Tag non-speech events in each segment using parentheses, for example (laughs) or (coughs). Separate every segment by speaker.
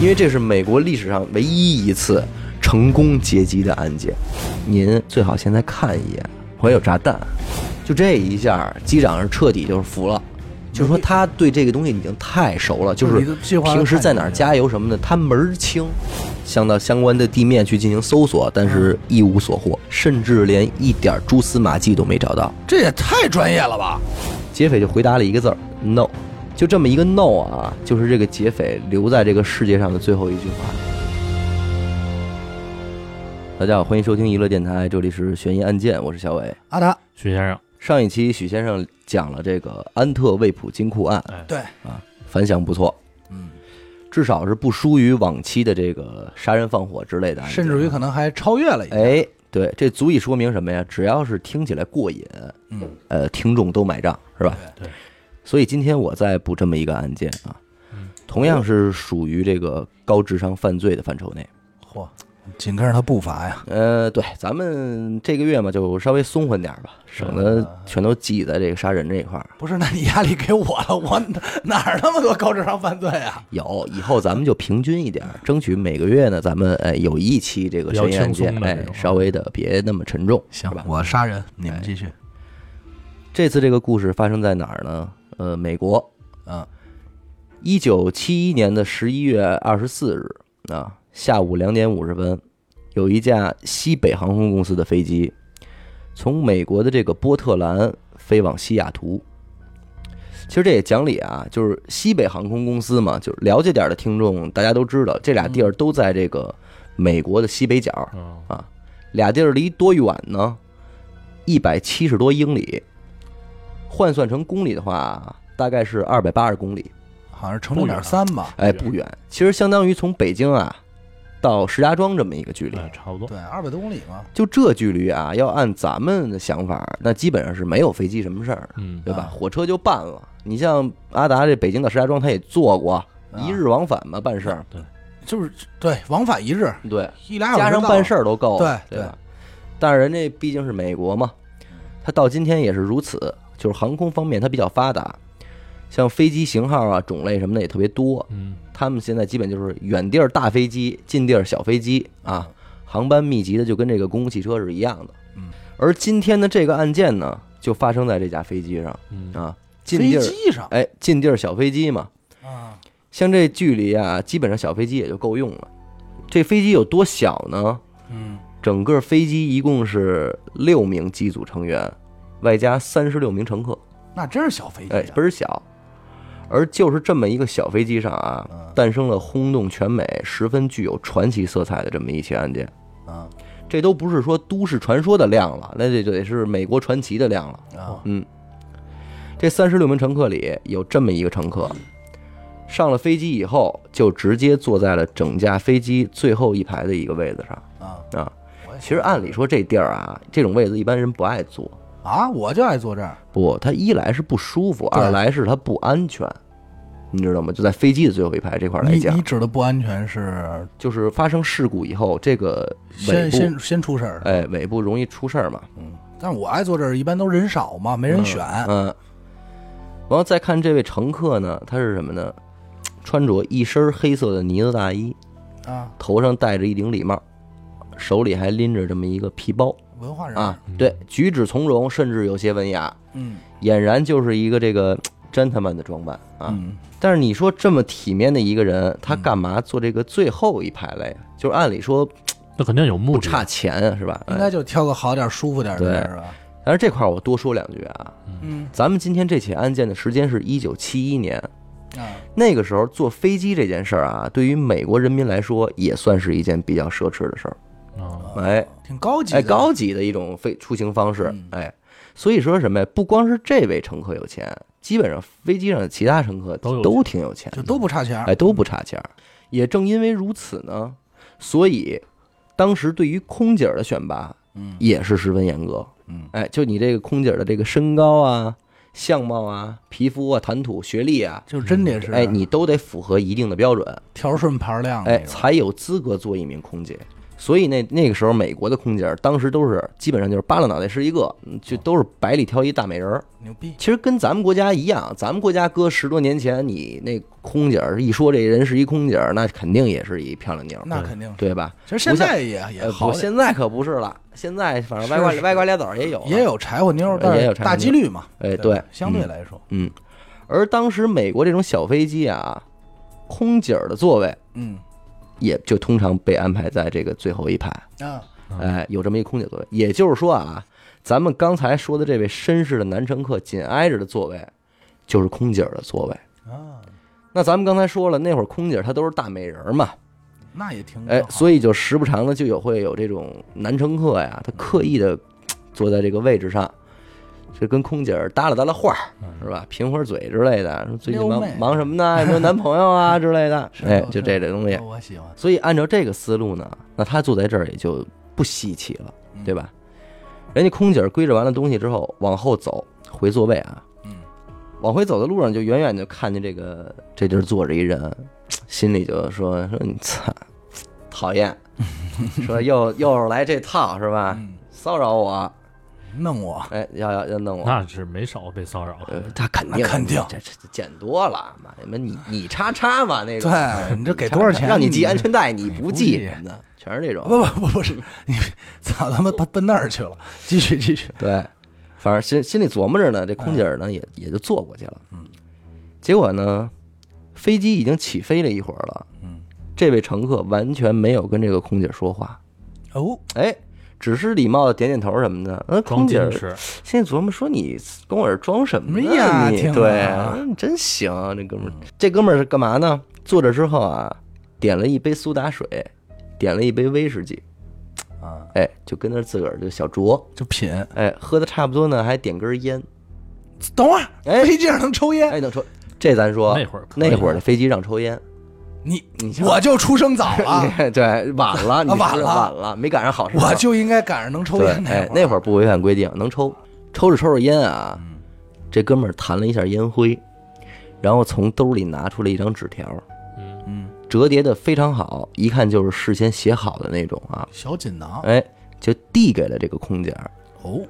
Speaker 1: 因为这是美国历史上唯一一次成功劫机的案件。您最好现在看一眼，怀有炸弹。就这一下，机长是彻底就是服了，就是说他对这个东西已经太熟了，就是嗯
Speaker 2: 你的计划都
Speaker 1: 平时
Speaker 2: 太
Speaker 1: 在哪儿
Speaker 2: 明确
Speaker 1: 加油什么的，他门儿清，想到相关的地面去进行搜索，但是一无所获，甚至连一点蛛丝马迹都没找到。
Speaker 2: 这也太专业了吧？
Speaker 1: 劫匪就回答了一个字儿 “no”，就这么一个 “no” 啊，就是这个劫匪留在这个世界上的最后一句话。大家好，欢迎收听娱乐电台，这里是悬疑案件，我是小伟。
Speaker 2: 阿达，
Speaker 3: 许先生，
Speaker 1: 上一期许先生讲了这个安特卫普金库案，啊
Speaker 3: 哎，
Speaker 2: 对，啊
Speaker 1: 反响不错，
Speaker 2: 嗯，
Speaker 1: 至少是不输于往期的这个杀人放火之类的案件，
Speaker 2: 甚至于可能还超越了一点。
Speaker 1: 哎，对，这足以说明什么呀？只要是听起来过瘾，
Speaker 2: 嗯，
Speaker 1: 呃，听众都买账，是吧？
Speaker 3: 对对。
Speaker 1: 所以今天我再补这么一个案件啊
Speaker 3: 嗯，
Speaker 1: 同样是属于这个高智商犯罪的范畴内。
Speaker 2: 嚯，紧跟着他步伐呀，
Speaker 1: 呃，对，咱们这个月嘛，就稍微松缓点儿吧，省得全都挤在这个杀人这一块儿。
Speaker 2: 不是？那你压力给我了，我哪哪儿那么多高智商犯罪啊？
Speaker 1: 有，以后咱们就平均一点
Speaker 3: (laughs)
Speaker 1: 儿，争取每个月呢，咱们哎有一期这个
Speaker 3: 比较
Speaker 1: 悬疑案
Speaker 3: 轻
Speaker 1: 件
Speaker 3: 松，的这
Speaker 1: 哎，
Speaker 3: 种啊
Speaker 1: 稍微的别那么沉重，
Speaker 2: 行哎
Speaker 1: 是吧？
Speaker 2: 我杀人，你们继续。
Speaker 1: 这次这个故事发生在哪儿呢？呃，美国，啊
Speaker 2: 嗯，
Speaker 1: 一九七一年的十一月二十四日啊，下午两点五十分，有一架西北航空公司的飞机从美国的这个波特兰飞往西雅图。其实这也讲理啊，就是西北航空公司嘛，就是了解点的听众大家都知道，这俩地儿都在这个美国的西北角，
Speaker 3: 嗯，
Speaker 1: 俩地儿离多远呢？一百七十多英里，换算成公里的话，大概是二百八十公里。
Speaker 2: 好像是乘六点三吧？
Speaker 1: 哎，不远，其实相当于从北京啊到石家庄这么一个距离。
Speaker 3: 哎，差不多，
Speaker 2: 对，二百多公里嘛。
Speaker 1: 就这距离啊，要按咱们的想法，那基本上是没有飞机什么事儿的，
Speaker 3: 嗯，
Speaker 1: 对吧
Speaker 2: 啊？
Speaker 1: 火车就办了。你像阿达这北京到石家庄，他也坐过，
Speaker 2: 啊
Speaker 1: 一日往返嘛，办事儿。
Speaker 2: 就是对，往返一日，
Speaker 1: 对，
Speaker 2: 一俩小时
Speaker 1: 加上
Speaker 2: 到
Speaker 1: 办事儿都够了，
Speaker 2: 对
Speaker 1: 对吧？但是人家毕竟是美国嘛，它到今天也是如此，就是航空方面它比较发达，像飞机型号啊、种类什么的也特别多。
Speaker 3: 嗯，
Speaker 1: 他们现在基本就是远地儿大飞机，近地儿小飞机啊，航班密集的就跟这个公共汽车是一样的。
Speaker 2: 嗯，
Speaker 1: 而今天的这个案件呢，就发生在这架飞机上
Speaker 3: 嗯，
Speaker 1: 啊，近
Speaker 2: 飞
Speaker 1: 地儿
Speaker 2: 机上
Speaker 1: 哎，近地儿小飞机嘛，
Speaker 2: 啊，
Speaker 1: 像这距离啊，基本上小飞机也就够用了。这飞机有多小呢？
Speaker 2: 嗯，
Speaker 1: 整个飞机一共是六名机组成员，外加三十六名乘客，
Speaker 2: 那真是小飞机
Speaker 1: 哎，
Speaker 2: 啊，
Speaker 1: 倍儿小。而就是这么一个小飞机上啊，诞生了轰动全美、十分具有传奇色彩的这么一起案件。
Speaker 2: 啊
Speaker 1: 这都不是说都市传说的量了，那这就得是美国传奇的量了。
Speaker 2: 啊，
Speaker 1: 嗯，这三十六名乘客里有这么一个乘客，上了飞机以后就直接坐在了整架飞机最后一排的一个位子上
Speaker 2: 啊
Speaker 1: 啊。
Speaker 2: 我也
Speaker 1: 其实按理说这地儿啊，这种位子一般人不爱坐。
Speaker 2: 啊，我就爱坐这儿，
Speaker 1: 不，它一来是不舒服，
Speaker 2: 对
Speaker 1: 二来是它不安全，你知道吗？就在飞机的最后一排这块儿来
Speaker 2: 你
Speaker 1: 讲
Speaker 2: 你，指的不安全是
Speaker 1: 就是发生事故以后，这个尾部，
Speaker 2: 先先先出事儿，
Speaker 1: 哎，尾部容易出事儿嘛。
Speaker 2: 嗯，但是我爱坐这儿，一般都人少嘛，没人选，
Speaker 1: 嗯，然后再看这位乘客呢，他是什么呢？穿着一身黑色的呢子大衣，
Speaker 2: 啊，
Speaker 1: 头上戴着一顶礼帽，手里还拎着这么一个皮包
Speaker 2: 文化人
Speaker 1: 啊，，对，举止从容，甚至有些文雅，
Speaker 2: 嗯
Speaker 1: 俨然就是一个这个 gentleman 的装扮啊。
Speaker 2: 嗯，
Speaker 1: 但是你说这么体面的一个人，他干嘛坐这个最后一排来呀？就是按理说
Speaker 3: 那肯定有目
Speaker 1: 不
Speaker 3: 的，
Speaker 1: 差钱啊，是吧？
Speaker 2: 应
Speaker 1: 哎
Speaker 2: 该就挑个好点儿、舒服点儿的地儿
Speaker 1: 对
Speaker 2: 是吧？
Speaker 1: 但是这块儿我多说两句啊，
Speaker 2: 嗯
Speaker 1: 咱们今天这起案件的时间是一九七一年，
Speaker 2: 啊，
Speaker 1: 那个时候坐飞机这件事儿啊，对于美国人民来说也算是一件比较奢侈的事儿，
Speaker 3: 啊，
Speaker 1: 哎
Speaker 2: 挺高级的，
Speaker 1: 哎，高级的一种飞出行方式
Speaker 2: 嗯，
Speaker 1: 哎，所以说什么呀？不光是这位乘客有钱，基本上飞机上的其他乘客
Speaker 3: 都有
Speaker 1: 都挺有钱的，
Speaker 2: 就都不差钱儿，
Speaker 1: 哎，都不差钱儿。也正因为如此呢，所以当时对于空姐儿的选拔，
Speaker 2: 嗯
Speaker 1: 也是十分严格。
Speaker 2: 嗯，
Speaker 1: 哎，就你这个空姐儿的这个身高啊、相貌啊、皮肤啊、谈吐、学历啊，
Speaker 2: 就真得是啊
Speaker 1: 哎，你都得符合一定的标准，
Speaker 2: 调顺盘儿亮那
Speaker 1: 哎，
Speaker 2: 种，
Speaker 1: 才有资格做一名空姐。所以那那个时候美国的空姐儿当时都是基本上就是扒拉脑袋是一个，嗯
Speaker 2: 哦
Speaker 1: 就都是百里挑一大美人儿。
Speaker 2: 牛逼，
Speaker 1: 其实跟咱们国家一样，咱们国家搁十多年前，你那空姐儿一说这人是一空姐儿，那肯定也是一漂亮妞儿，
Speaker 2: 那肯定。
Speaker 1: 对吧？
Speaker 2: 其实现在也也
Speaker 1: 哎呃，
Speaker 2: 好
Speaker 1: 不，
Speaker 2: 点，
Speaker 1: 现在可不是了，现在反正歪瓜
Speaker 2: 是是
Speaker 1: 歪瓜裂枣也有，啊哎
Speaker 2: 也。有柴火妞，但
Speaker 1: 也有
Speaker 2: 是
Speaker 1: 柴火妞
Speaker 2: 大几率嘛。
Speaker 1: 哎，
Speaker 2: 对
Speaker 1: 对
Speaker 2: 吧，，相对来说，
Speaker 1: 嗯，嗯。而当时美国这种小飞机啊，空姐儿的座位
Speaker 2: 嗯
Speaker 1: 也就通常被安排在这个最后一排。
Speaker 2: 啊，
Speaker 1: 哎，有这么一空姐座位。也就是说啊，咱们刚才说的这位绅士的男乘客紧挨着的座位，就是空姐儿的座位。
Speaker 2: 啊，
Speaker 1: 那咱们刚才说了，那会儿空姐儿她都是大美人儿嘛，
Speaker 2: 那也挺
Speaker 1: 哎，
Speaker 2: 以
Speaker 1: 所以就时不常的就有会有这种男乘客呀，他刻意的坐在这个位置上，就跟空姐儿搭了搭了话儿，是吧？贫会儿嘴之类的，说最近忙
Speaker 2: 撩妹
Speaker 1: 忙什么呢？有没有男朋友啊之类的？
Speaker 2: 是
Speaker 1: 哎
Speaker 2: 是，
Speaker 1: 就这类东西。
Speaker 2: 我喜欢，
Speaker 1: 所以按照这个思路呢，那他坐在这儿也就不稀奇了，
Speaker 2: 嗯
Speaker 1: 对吧？人家空姐儿归置完了东西之后，往后走回座位啊，
Speaker 2: 嗯，
Speaker 1: 往回走的路上就远远就看见这个这地儿坐着一人，心里就说说你操，讨
Speaker 2: (laughs)
Speaker 1: 厌，说又又是来这套是吧？
Speaker 2: 嗯，
Speaker 1: 骚扰我，
Speaker 2: 弄我，
Speaker 1: 哎，要要要弄我。
Speaker 3: 那是没少被骚扰。
Speaker 1: 呃，他肯定
Speaker 2: 那肯定
Speaker 1: 这这这见多了，妈你们你你叉叉嘛那种，
Speaker 2: 对你这给多少
Speaker 1: (laughs)
Speaker 2: 钱？
Speaker 1: 让你系安全带你不
Speaker 2: 你不
Speaker 1: 系
Speaker 2: 系
Speaker 1: 什么的，全是这种。
Speaker 2: 啊不不不不是，你操他妈奔奔那儿去了，继续继续，
Speaker 1: (laughs) 对，反正心心里琢磨着呢，这空姐儿呢也也就坐过去了。嗯，结果呢，飞机已经起飞了一会儿了。
Speaker 2: 嗯，
Speaker 1: 这位乘客完全没有跟这个空姐说话，
Speaker 2: 哦，
Speaker 1: 哎，只是礼貌的点点头什么的。那嗯空
Speaker 3: 装
Speaker 1: 姐儿
Speaker 3: 矜持，
Speaker 1: 心里琢磨说：“你跟我这儿装什么
Speaker 2: 哎呀
Speaker 1: 呀？你
Speaker 2: 天哪
Speaker 1: 对，你真行，啊这哥们儿，这哥们儿是干嘛呢？坐着之后啊，点了一杯苏打水，点了一杯威士忌，
Speaker 2: 啊，
Speaker 1: 哎，就跟那儿自个儿就小酌，
Speaker 2: 就品。
Speaker 1: 哎，喝的差不多呢，还点根儿烟。”
Speaker 2: 等会儿，
Speaker 1: 哎
Speaker 2: 飞机上能抽烟，
Speaker 1: 哎，等抽，这咱说
Speaker 3: 那会儿可以
Speaker 1: 那会儿的飞机让抽烟，
Speaker 2: 你
Speaker 1: 你瞧
Speaker 2: 我就
Speaker 1: (laughs)
Speaker 2: 出生早了，
Speaker 1: 你对，晚了，你
Speaker 2: 啊晚
Speaker 1: 是
Speaker 2: 了
Speaker 1: 晚了，没赶上好时候。
Speaker 2: 我就应该赶上能抽
Speaker 1: 对
Speaker 2: 烟，
Speaker 1: 哎，
Speaker 2: 那
Speaker 1: 那会儿不违反规定，能抽，抽着抽着烟啊，这哥们儿弹了一下烟灰，然后从兜里拿出了一张纸条，
Speaker 3: 嗯，
Speaker 2: 嗯，
Speaker 1: 折叠的非常好，一看就是事先写好的那种啊，
Speaker 2: 小锦囊
Speaker 1: 哎，就递给了这个空姐儿。
Speaker 2: 哦，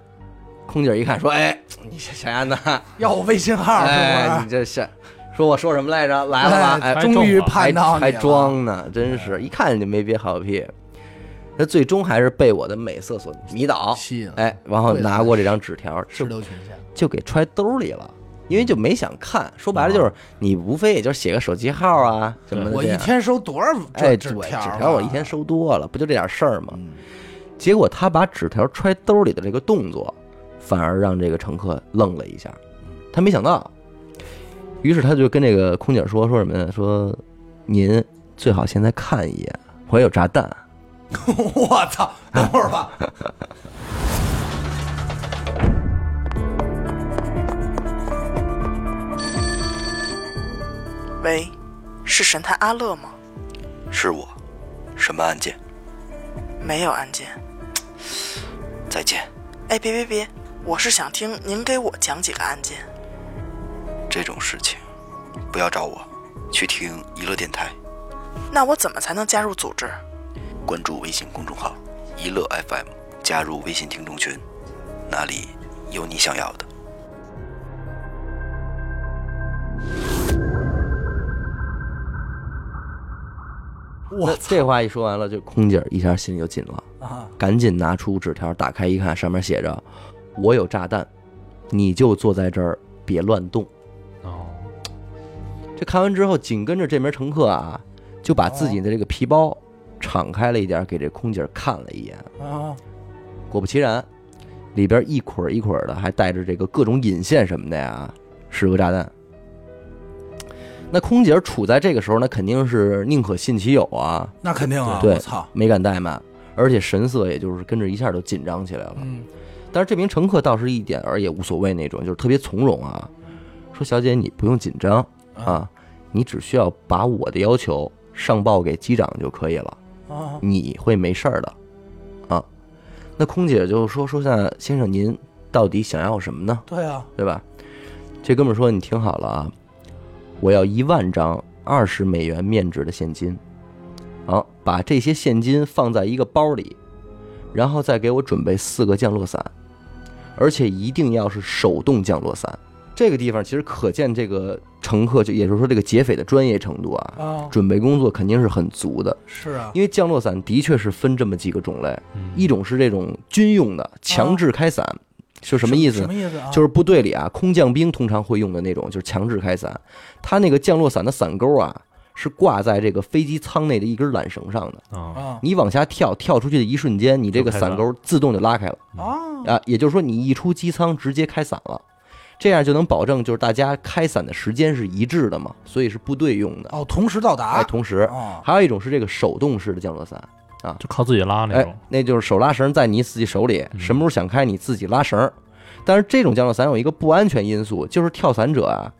Speaker 1: 空姐儿一看说：“哎，你这小丫头，
Speaker 2: 要我微信号
Speaker 1: 哎，
Speaker 2: 是啊
Speaker 1: 你
Speaker 2: 不是？
Speaker 1: 这是说我说什么来着？来了吧？哎，
Speaker 2: 终于盼到
Speaker 1: 还
Speaker 2: 你了
Speaker 1: 还装呢，真是一看就没憋好屁。那最终还是被我的美色所迷倒，
Speaker 2: 吸引了，
Speaker 1: 哎，然后拿过这张纸条，
Speaker 2: 石
Speaker 1: 就
Speaker 2: 榴裙下，
Speaker 1: 就给揣兜里了，因为就没想看。说白了就是，你无非也就写个手机号啊什么的
Speaker 2: 我
Speaker 1: 这
Speaker 2: 一
Speaker 1: 样。
Speaker 2: 天收多少
Speaker 1: 哎，
Speaker 2: 这
Speaker 1: 纸
Speaker 2: 纸条啊？
Speaker 1: 纸条我一天收多了，不就这点事儿吗？
Speaker 2: 嗯
Speaker 1: 结果他把纸条揣兜里的这个动作，反而让这个乘客愣了一下，他没想到，于是他就跟这个空姐说说什么呢？说您最好现在看一眼，我有炸弹。
Speaker 2: (laughs) 我操！等会儿吧。
Speaker 1: (laughs)
Speaker 4: 喂，是神探阿乐吗？
Speaker 5: 是我，什么案件？
Speaker 4: 没有案件。
Speaker 5: 再见，
Speaker 4: 哎，别别别，我是想听您给我讲几个案件。
Speaker 5: 这种事情不要找我，去听娱乐电台，
Speaker 4: 那我怎么才能加入组织？
Speaker 5: 关注微信公众号“娱乐 FM”，加入微信听众群，那里有你想要的。
Speaker 1: 那
Speaker 2: 我
Speaker 1: 这话一说完了，就空姐一下心里就紧了，
Speaker 2: 啊，
Speaker 1: 赶紧拿出纸条打开一看，上面写着：“我有炸弹，你就坐在这儿，别乱动。”
Speaker 3: 哦，
Speaker 1: 这看完之后，紧跟着这名乘客啊，就把自己的这个皮包敞开了一点，给这空姐看了一眼。
Speaker 2: 啊，
Speaker 1: 果不其然，里边一捆儿一捆儿的，还带着这个各种引线什么的呀，是个炸弹。那空姐处在这个时候，那肯定是宁可信其有啊，
Speaker 2: 那肯定啊！
Speaker 1: 对
Speaker 2: 我操，
Speaker 1: 没敢怠慢，而且神色也就是跟着一下就紧张起来了。
Speaker 2: 嗯，
Speaker 1: 但是这名乘客倒是一点儿也无所谓那种，就是特别从容啊，说：“小姐，你不用紧张啊，你只需要把我的要求上报给机长就可以了，
Speaker 2: 啊，
Speaker 1: 你会没事儿的。”啊，那空姐就说：“说那先生您到底想要什么呢？
Speaker 2: 对啊，
Speaker 1: 对吧？”这哥们儿说：“你听好了啊，我要一万张二十美元面值的现金，啊，把这些现金放在一个包里，然后再给我准备四个降落伞，而且一定要是手动降落伞。这个地方其实可见这个乘客，就也就是说这个劫匪的专业程度啊，
Speaker 2: 啊，
Speaker 1: 准备工作肯定是很足的。
Speaker 2: 是啊，
Speaker 1: 因为降落伞的确是分这么几个种类，
Speaker 3: 嗯
Speaker 1: 一种是这种军用的强制开伞，是什么意思
Speaker 2: 啊什
Speaker 1: 呢
Speaker 2: 么？意思啊？
Speaker 1: 就是部队里啊，空降兵通常会用的那种，就是强制开伞。它那个降落伞的伞钩啊，是挂在这个飞机舱内的一根缆绳上的。
Speaker 3: 啊，
Speaker 2: 啊
Speaker 1: 你往下跳，跳出去的一瞬间，你这个
Speaker 3: 就开伞
Speaker 1: 伞钩自动就拉开了
Speaker 2: 啊，
Speaker 1: 啊，也就是说你一出机舱直接开伞了，这样就能保证就是大家开伞的时间是一致的嘛，所以是部队用的。
Speaker 2: 哦，同时到
Speaker 1: 哎，
Speaker 2: 达，
Speaker 1: 同时
Speaker 2: 啊，
Speaker 1: 还有一种是这个手动式的降落伞，
Speaker 3: 就靠自己拉那
Speaker 1: 哎
Speaker 3: 种，，
Speaker 1: 那就是手拉绳在你自己手里，
Speaker 3: 嗯
Speaker 1: 什么时候想开你自己拉绳儿。但是这种降落伞有一个不安全因素，就是跳伞者啊，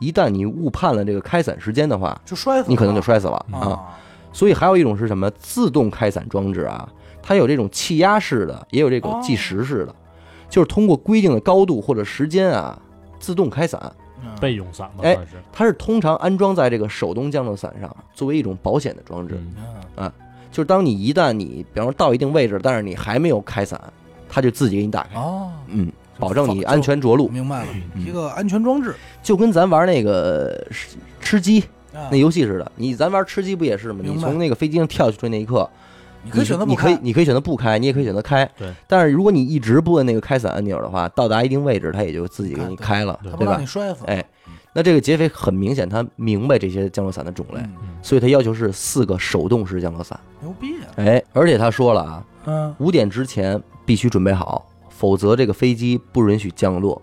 Speaker 1: 一旦你误判了这个开伞时间的话，
Speaker 2: 就摔
Speaker 3: 嗯
Speaker 2: 死了，
Speaker 1: 你可能就摔死了啊。
Speaker 2: 啊，
Speaker 1: 所以还有一种是什么自动开伞装置啊，它有这种气压式的，也有这种
Speaker 2: 哦
Speaker 1: 计时式的，就是通过规定的高度或者时间啊自动开伞。
Speaker 2: 嗯
Speaker 3: 备用伞吧，
Speaker 1: 哎
Speaker 3: 算是。
Speaker 1: 它是通常安装在这个手动降落伞上，作为一种保险的装置。
Speaker 3: 嗯
Speaker 2: 嗯
Speaker 1: 就是当你一旦你，比方说到一定位置，但是你还没有开伞，它就自己给你打开，
Speaker 2: 哦，
Speaker 1: 嗯，保证你安全着陆，
Speaker 2: 明白了，
Speaker 1: 嗯
Speaker 2: 一个安全装置。
Speaker 1: 就跟咱玩那个吃吃鸡
Speaker 2: 啊
Speaker 1: 那游戏似的。你咱玩吃鸡不也是吗？
Speaker 2: 明白
Speaker 1: 你从那个飞机上跳下去那一刻，
Speaker 2: 你可以选择
Speaker 1: 你
Speaker 2: 不
Speaker 1: 可以
Speaker 2: 看
Speaker 1: 你可以选择不开，你也可以选择开。
Speaker 3: 对。
Speaker 1: 但是如果你一直不摁那个开伞按钮的话，到达一定位置，它也就自己给你
Speaker 2: 不
Speaker 1: 开了，
Speaker 3: 对
Speaker 2: 他不
Speaker 1: 对吧
Speaker 2: 让你？摔死。
Speaker 1: 哎，那这个劫匪很明显，他明白这些降落伞的种类，
Speaker 2: 嗯，
Speaker 1: 所以他要求是四个手动式降落伞。
Speaker 2: 牛逼啊！
Speaker 1: 哎，而且他说了啊，
Speaker 2: 嗯，
Speaker 1: 五点之前必须准备好，否则这个飞机不允许降落。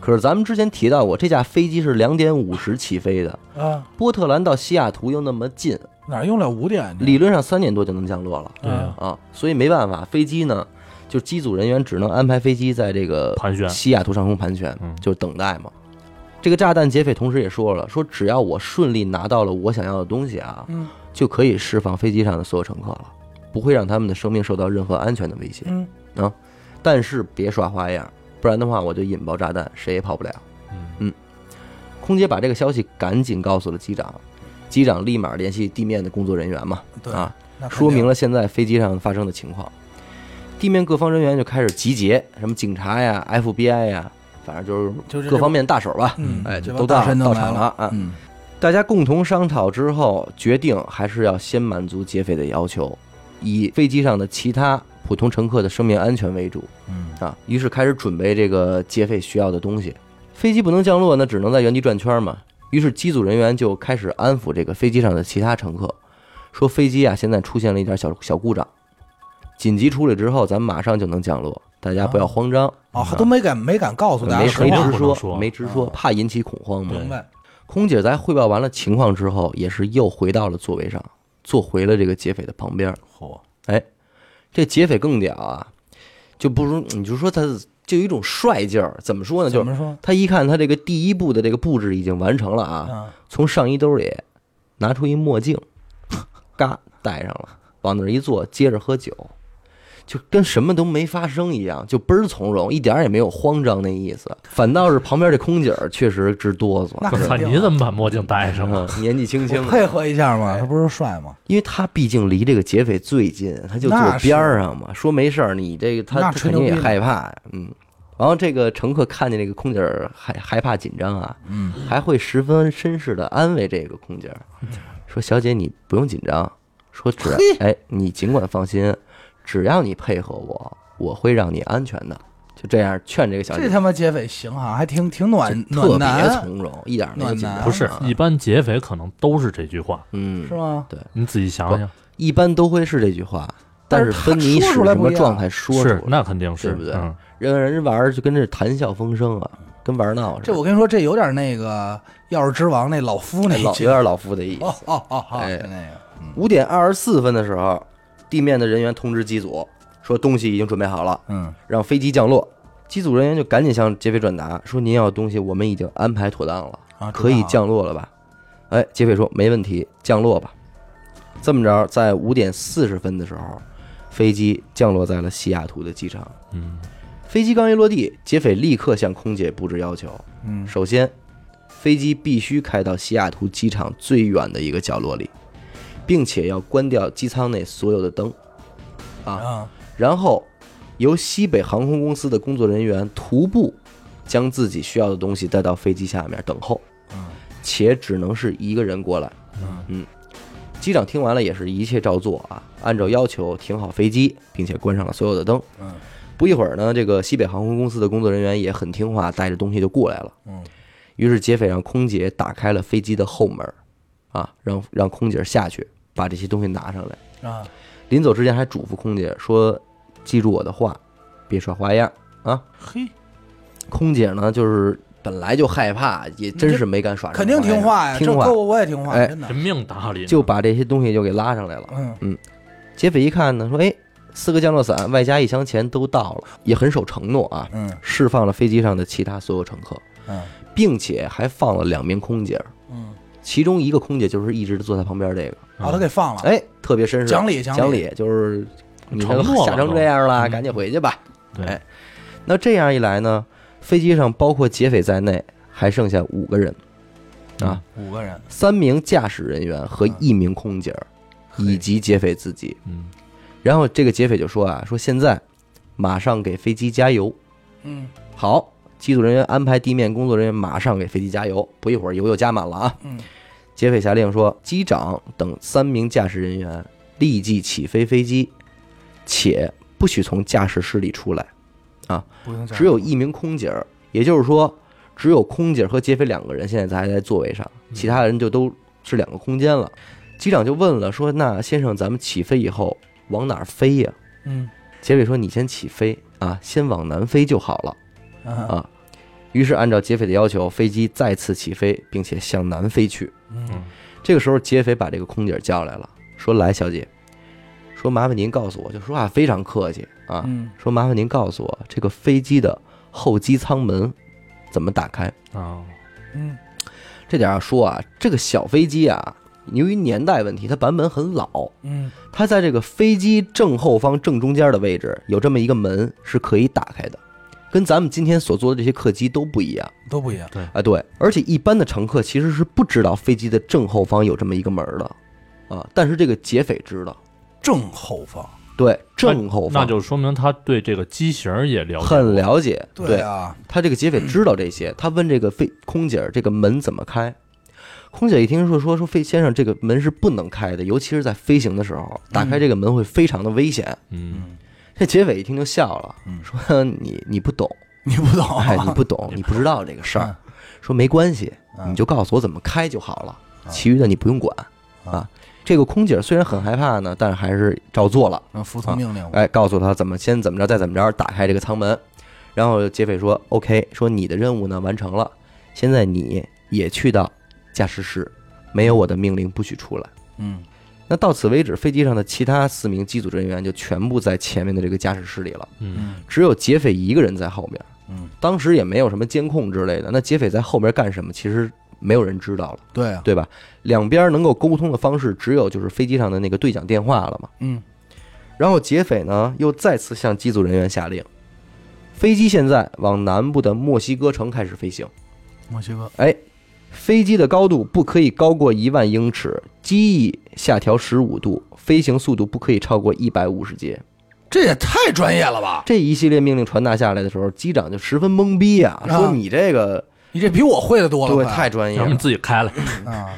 Speaker 1: 可是咱们之前提到过，这架飞机是两点五十起飞的，
Speaker 2: 啊，
Speaker 1: 波特兰到西雅图又那么近，
Speaker 2: 哪用了五点？
Speaker 1: 理论上三点多就能降落了
Speaker 3: 对啊，
Speaker 1: 啊，所以没办法，飞机呢，就机组人员只能安排飞机在这个
Speaker 3: 盘旋
Speaker 1: 西雅图上空盘旋
Speaker 3: 嗯，
Speaker 1: 就等待嘛。这个炸弹劫匪同时也说了，说只要我顺利拿到了我想要的东西啊，
Speaker 2: 嗯
Speaker 1: 就可以释放飞机上的所有乘客了，不会让他们的生命受到任何安全的威胁。
Speaker 2: 嗯，
Speaker 1: 但是别耍花样，不然的话我就引爆炸弹，谁也跑不了。
Speaker 3: 嗯
Speaker 1: 空姐把这个消息赶紧告诉了机长，机长立马联系地面的工作人员嘛，
Speaker 2: 对
Speaker 1: 啊，
Speaker 2: 那肯定
Speaker 1: 说明了现在飞机上发生的情况。地面各方人员就开始集结，什么警察呀、FBI 呀，反正就
Speaker 2: 就是是
Speaker 1: 各方面大手吧，
Speaker 2: 嗯，
Speaker 1: 哎，
Speaker 2: 这
Speaker 1: 就
Speaker 2: 帮
Speaker 1: 都
Speaker 2: 大
Speaker 1: 到
Speaker 2: 神
Speaker 1: 到
Speaker 2: 来
Speaker 1: 场了啊。
Speaker 2: 嗯，
Speaker 1: 大家共同商讨之后，决定还是要先满足劫匪的要求，以飞机上的其他普通乘客的生命安全为主。
Speaker 2: 嗯
Speaker 1: 啊，于是开始准备这个劫匪需要的东西。飞机不能降落，那只能在原地转圈嘛。于是机组人员就开始安抚这个飞机上的其他乘客，说飞机啊现在出现了一点小小故障，紧急处理之后，咱马上就能降落，大家不要慌张。啊
Speaker 2: 哦，还都没敢没敢告诉大家
Speaker 1: 嗯没
Speaker 2: 实
Speaker 1: 没
Speaker 3: 话
Speaker 2: 话，
Speaker 1: 直
Speaker 3: 不能
Speaker 1: 说，
Speaker 3: 说
Speaker 1: 没直说，
Speaker 2: 啊
Speaker 1: 怕引起恐慌嘛。
Speaker 2: 明白？
Speaker 1: 空姐在汇报完了情况之后，也是又回到了座位上，坐回了这个劫匪的旁边儿。
Speaker 2: 嚯，
Speaker 1: 这劫匪更屌啊，就不如你就说他就有一种帅劲儿，怎么说呢？就是
Speaker 2: 怎么说？
Speaker 1: 他一看他这个第一步的这个布置已经完成了啊，
Speaker 2: 啊，
Speaker 1: 从上衣兜里拿出一墨
Speaker 2: (laughs)
Speaker 1: 镜，嘎戴上了，往那儿一坐，接着喝酒，就跟什么都没发生一样，就倍儿从容，一点儿也没有慌张那意思。反倒是旁边这空姐儿确实直哆嗦，
Speaker 2: 那
Speaker 3: 我
Speaker 2: 肯
Speaker 3: 操，
Speaker 2: 定啊
Speaker 3: 你怎么把墨镜戴上啊了？
Speaker 1: 嗯年纪轻轻
Speaker 2: 我
Speaker 1: 的，
Speaker 2: 配合一下嘛，
Speaker 1: 哎
Speaker 2: 他不是帅吗？
Speaker 1: 因为他毕竟离这个劫匪最近，他就坐
Speaker 2: 那是
Speaker 1: 边儿上嘛，说没事儿，你这个他
Speaker 2: 那
Speaker 1: 他
Speaker 2: 吹
Speaker 1: 肯
Speaker 2: 牛
Speaker 1: 定
Speaker 2: 逼
Speaker 1: 也
Speaker 2: 呢
Speaker 1: 害怕呀，嗯。然后这个乘客看见这个空姐儿害害怕紧张啊，
Speaker 2: 嗯，
Speaker 1: 还会十分绅士的安慰这个空姐儿，说：“小姐，你不用紧张，说只要哎，你尽管放心，只要你配合我，我会让你安全的。”就这样劝这个小姐
Speaker 2: 这，他妈劫匪行哈，还挺挺暖
Speaker 1: 就特
Speaker 2: 暖
Speaker 1: 别
Speaker 2: 男，
Speaker 1: 从容，一点儿没有紧张。
Speaker 2: 暖男
Speaker 3: 不是，
Speaker 1: 啊
Speaker 3: 一般劫匪可能都是这句话，
Speaker 1: 嗯
Speaker 2: 是，吗？
Speaker 3: 你仔细想想，
Speaker 1: 一般都会是这句话，但
Speaker 2: 但
Speaker 1: 是
Speaker 2: 是
Speaker 1: 分
Speaker 2: 他
Speaker 1: 你
Speaker 2: 说
Speaker 1: 使
Speaker 2: 出来
Speaker 1: 什
Speaker 2: 不
Speaker 1: 么
Speaker 2: 一样
Speaker 1: 状态说出来
Speaker 3: 是，那肯定是，
Speaker 1: 对不对
Speaker 3: 嗯
Speaker 1: 让人玩儿就跟这谈笑风生啊，跟玩儿闹似
Speaker 2: 嗯这
Speaker 1: 的。
Speaker 2: 我跟你说，这有点那个《钥匙之王》那老夫那
Speaker 1: 哎老
Speaker 2: 劲
Speaker 1: 有点老夫的意思。
Speaker 2: 哦哦哦哦，
Speaker 1: 哎
Speaker 2: 就那个，
Speaker 1: 五点二十四分的时候，地面的人员通知机组说东西已经准备好了。
Speaker 2: 嗯
Speaker 1: 让飞机降落。机组人员就赶紧向劫匪转达说：“您要的东西我们已经安排妥当了，
Speaker 2: 啊，
Speaker 1: 可以降落了吧？”哎，劫匪说：“没问题，降落吧。”这么着，在五点四十分的时候，飞机降落在了西雅图的机场。
Speaker 3: 嗯，
Speaker 1: 飞机刚一落地，劫匪立刻向空姐布置要求：
Speaker 2: 嗯
Speaker 1: 首先，飞机必须开到西雅图机场最远的一个角落里，并且要关掉机舱内所有的灯。
Speaker 2: 啊，
Speaker 1: 然后由西北航空公司的工作人员徒步将自己需要的东西带到飞机下面等候，
Speaker 2: 嗯
Speaker 1: 且只能是一个人过来。嗯，机长听完了也是一切照做啊，按照要求停好飞机，并且关上了所有的灯。
Speaker 2: 嗯，
Speaker 1: 不一会儿呢，这个西北航空公司的工作人员也很听话，带着东西就过来了。
Speaker 2: 嗯，
Speaker 1: 于是劫匪让空姐打开了飞机的后门儿，啊，让让空姐下去把这些东西拿上来。
Speaker 2: 啊，
Speaker 1: 临走之前还嘱咐空姐说：“记住我的话，别耍花样啊
Speaker 2: 嘿，！”
Speaker 1: 空姐呢，就是本来就害怕，也真是没敢耍什
Speaker 2: 肯
Speaker 1: 么花
Speaker 2: 定
Speaker 1: 样。
Speaker 2: 听话呀，
Speaker 1: 听
Speaker 2: 这
Speaker 1: 话
Speaker 2: 哥，我我也听话，
Speaker 1: 哎
Speaker 2: 真的
Speaker 3: 人，命搭理呢
Speaker 1: 就把这些东西就给拉上来了。
Speaker 2: 嗯，
Speaker 1: 劫匪一看呢，说：“哎，四个降落伞外加一箱钱都到了，也很守承诺啊，
Speaker 2: 嗯
Speaker 1: 释放了飞机上的其他所有乘客，
Speaker 2: 嗯
Speaker 1: 并且还放了两名空姐，
Speaker 2: 嗯，
Speaker 1: 其中一个空姐就是一直坐在旁边这个，
Speaker 2: 把哦他给放了，
Speaker 1: 哎，特别绅士，
Speaker 2: 讲理
Speaker 1: 讲
Speaker 2: 理，
Speaker 1: 理，就是你
Speaker 3: 承
Speaker 1: 都
Speaker 3: 诺
Speaker 1: 吓
Speaker 3: 了
Speaker 1: 成
Speaker 3: 都
Speaker 1: 这样了，
Speaker 3: 嗯
Speaker 1: 赶紧回去吧。
Speaker 3: 对
Speaker 1: 哎，那这样一来呢，飞机上包括劫匪在内，还剩下五个人，啊，
Speaker 2: 五个人，
Speaker 1: 三名驾驶人员和一名空姐儿，
Speaker 2: 嘿
Speaker 1: 以及劫匪自己。
Speaker 3: 嗯，
Speaker 1: 然后这个劫匪就说啊，说现在马上给飞机加油。
Speaker 2: 嗯
Speaker 1: 好，机组人员安排地面工作人员马上给飞机加油。不一会儿油又加满了啊。
Speaker 2: 嗯
Speaker 1: 劫匪下令说，机长等三名驾驶人员立即起飞飞机，且不许从驾驶室里出来。
Speaker 2: 不用讲，
Speaker 1: 只有一名空姐儿，也就是说，只有空姐儿和劫匪两个人现在还在座位上，其他人就都是两个空间了。机长就问了，说：“那先生，咱们起飞以后往哪儿飞呀
Speaker 2: 嗯？”
Speaker 1: 劫匪说：“你先起飞啊，先往南飞就好了
Speaker 2: 啊
Speaker 1: 啊。”于是按照劫匪的要求，飞机再次起飞，并且向南飞去。
Speaker 2: 嗯
Speaker 1: 这个时候，劫匪把这个空姐叫来了，说：“来，小姐，说麻烦您告诉我，就说话非常客气啊，
Speaker 2: 嗯
Speaker 1: 说麻烦您告诉我这个飞机的后机舱门怎么打开。
Speaker 3: 啊，
Speaker 2: 嗯
Speaker 1: 这点要说啊，这个小飞机啊，由于年代问题，它版本很老，
Speaker 2: 嗯
Speaker 1: 它在这个飞机正后方正中间的位置有这么一个门是可以打开的，跟咱们今天所做的这些客机都不一样
Speaker 2: 都不一样，
Speaker 1: 啊。对，而且一般的乘客其实是不知道飞机的正后方有这么一个门儿的啊，但是这个劫匪知道，
Speaker 2: 正后方，
Speaker 1: 对，正后
Speaker 3: 那
Speaker 1: 方
Speaker 3: 就说明他对这个机型儿也了解，
Speaker 1: 很了解，对
Speaker 2: 啊，
Speaker 1: 他这个劫匪知道这些，他问这个飞空姐儿这个门怎么开。空姐一听说说说飞先生这个门是不能开的，尤其是在飞行的时候，打开这个门会非常的危险。
Speaker 3: 嗯，
Speaker 1: 这劫匪一听就笑了，说你你不懂，
Speaker 2: 你不懂，
Speaker 1: 哎，
Speaker 2: (laughs)
Speaker 1: 你不懂，你不知道这个事
Speaker 2: 嗯
Speaker 1: 儿。说没关系，
Speaker 2: 啊
Speaker 1: 你就告诉我怎么开就好了，其余的你不用管啊。这个空姐虽然很害怕呢，但是还是照做了。
Speaker 2: 嗯服从命令，
Speaker 1: 哎，告诉他怎么先怎么着，再怎么着打开这个舱门。然后劫匪说：“OK，说你的任务呢完成了，现在你也去到驾驶室，没有我的命令不许出来。
Speaker 2: 嗯”
Speaker 1: 那到此为止，飞机上的其他四名机组人员就全部在前面的这个驾驶室里了，
Speaker 3: 嗯，
Speaker 1: 只有劫匪一个人在后面。
Speaker 2: 嗯，
Speaker 1: 当时也没有什么监控之类的，那劫匪在后边干什么，其实没有人知道了，
Speaker 2: 对啊，
Speaker 1: 对吧？两边能够沟通的方式只有就是飞机上的那个对讲电话了嘛。
Speaker 2: 嗯
Speaker 1: 然后劫匪呢又再次向机组人员下令，飞机现在往南部的墨西哥城开始飞行。
Speaker 2: 墨西哥，
Speaker 1: 哎，飞机的高度不可以高过一万英尺，机翼下调十五度，飞行速度不可以超过一百五十节。
Speaker 2: 这也太专业了吧？
Speaker 1: 这一系列命令传达下来的时候，机长就十分懵逼呀、
Speaker 2: 啊
Speaker 1: 说你这个
Speaker 2: 你这比我会的多了
Speaker 1: 对
Speaker 2: 快，
Speaker 1: 太专业
Speaker 3: 咱
Speaker 1: 了
Speaker 3: 们，自己
Speaker 1: (laughs)
Speaker 3: 开了，
Speaker 2: 啊，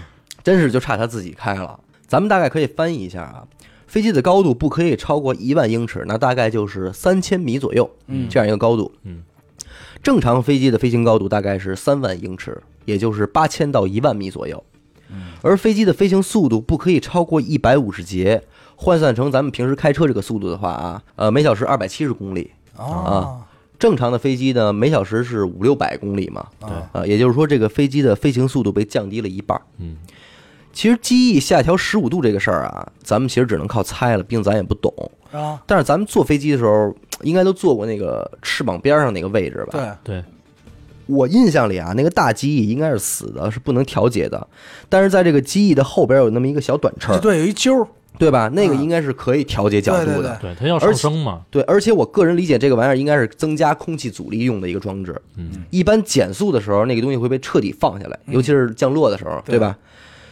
Speaker 1: 真是就差他自己开了。咱们大概可以翻译一下啊，飞机的高度不可以超过一万英尺，那大概就是三千米左右，
Speaker 2: 嗯
Speaker 1: 这样一个高度。
Speaker 3: 嗯，
Speaker 1: 正常飞机的飞行高度大概是三万英尺，也就是八千到一万米左右。
Speaker 2: 嗯
Speaker 1: 而飞机的飞行速度不可以超过一百五十节，换算成咱们平时开车这个速度的话啊，呃，每小时二百七十公里。啊
Speaker 2: 哦，
Speaker 1: 正常的飞机呢，每小时是五六百公里嘛，
Speaker 2: 对
Speaker 1: 啊，也就是说这个飞机的飞行速度被降低了一半儿。
Speaker 3: 嗯
Speaker 1: 其实机翼下调十五度这个事儿啊，咱们其实只能靠猜了，并咱也不懂。
Speaker 2: 啊，
Speaker 1: 但是咱们坐飞机的时候，应该都坐过那个翅膀边上那个位置吧？
Speaker 2: 对，
Speaker 3: 对，
Speaker 1: 我印象里啊，那个大机翼应该是死的，是不能调节的。但是在这个机翼的后边有那么一个小短翅儿，
Speaker 2: 对，有一揪儿，
Speaker 1: 对吧？那个应该是可以调节角度的。
Speaker 2: 对对
Speaker 3: 对他要上升嘛，
Speaker 1: 对而且我个人理解，这个玩意儿应该是增加空气阻力用的一个装置。
Speaker 3: 嗯，
Speaker 1: 一般减速的时候，那个东西会被彻底放下来，尤其是降落的时候，
Speaker 2: 嗯对
Speaker 1: 吧？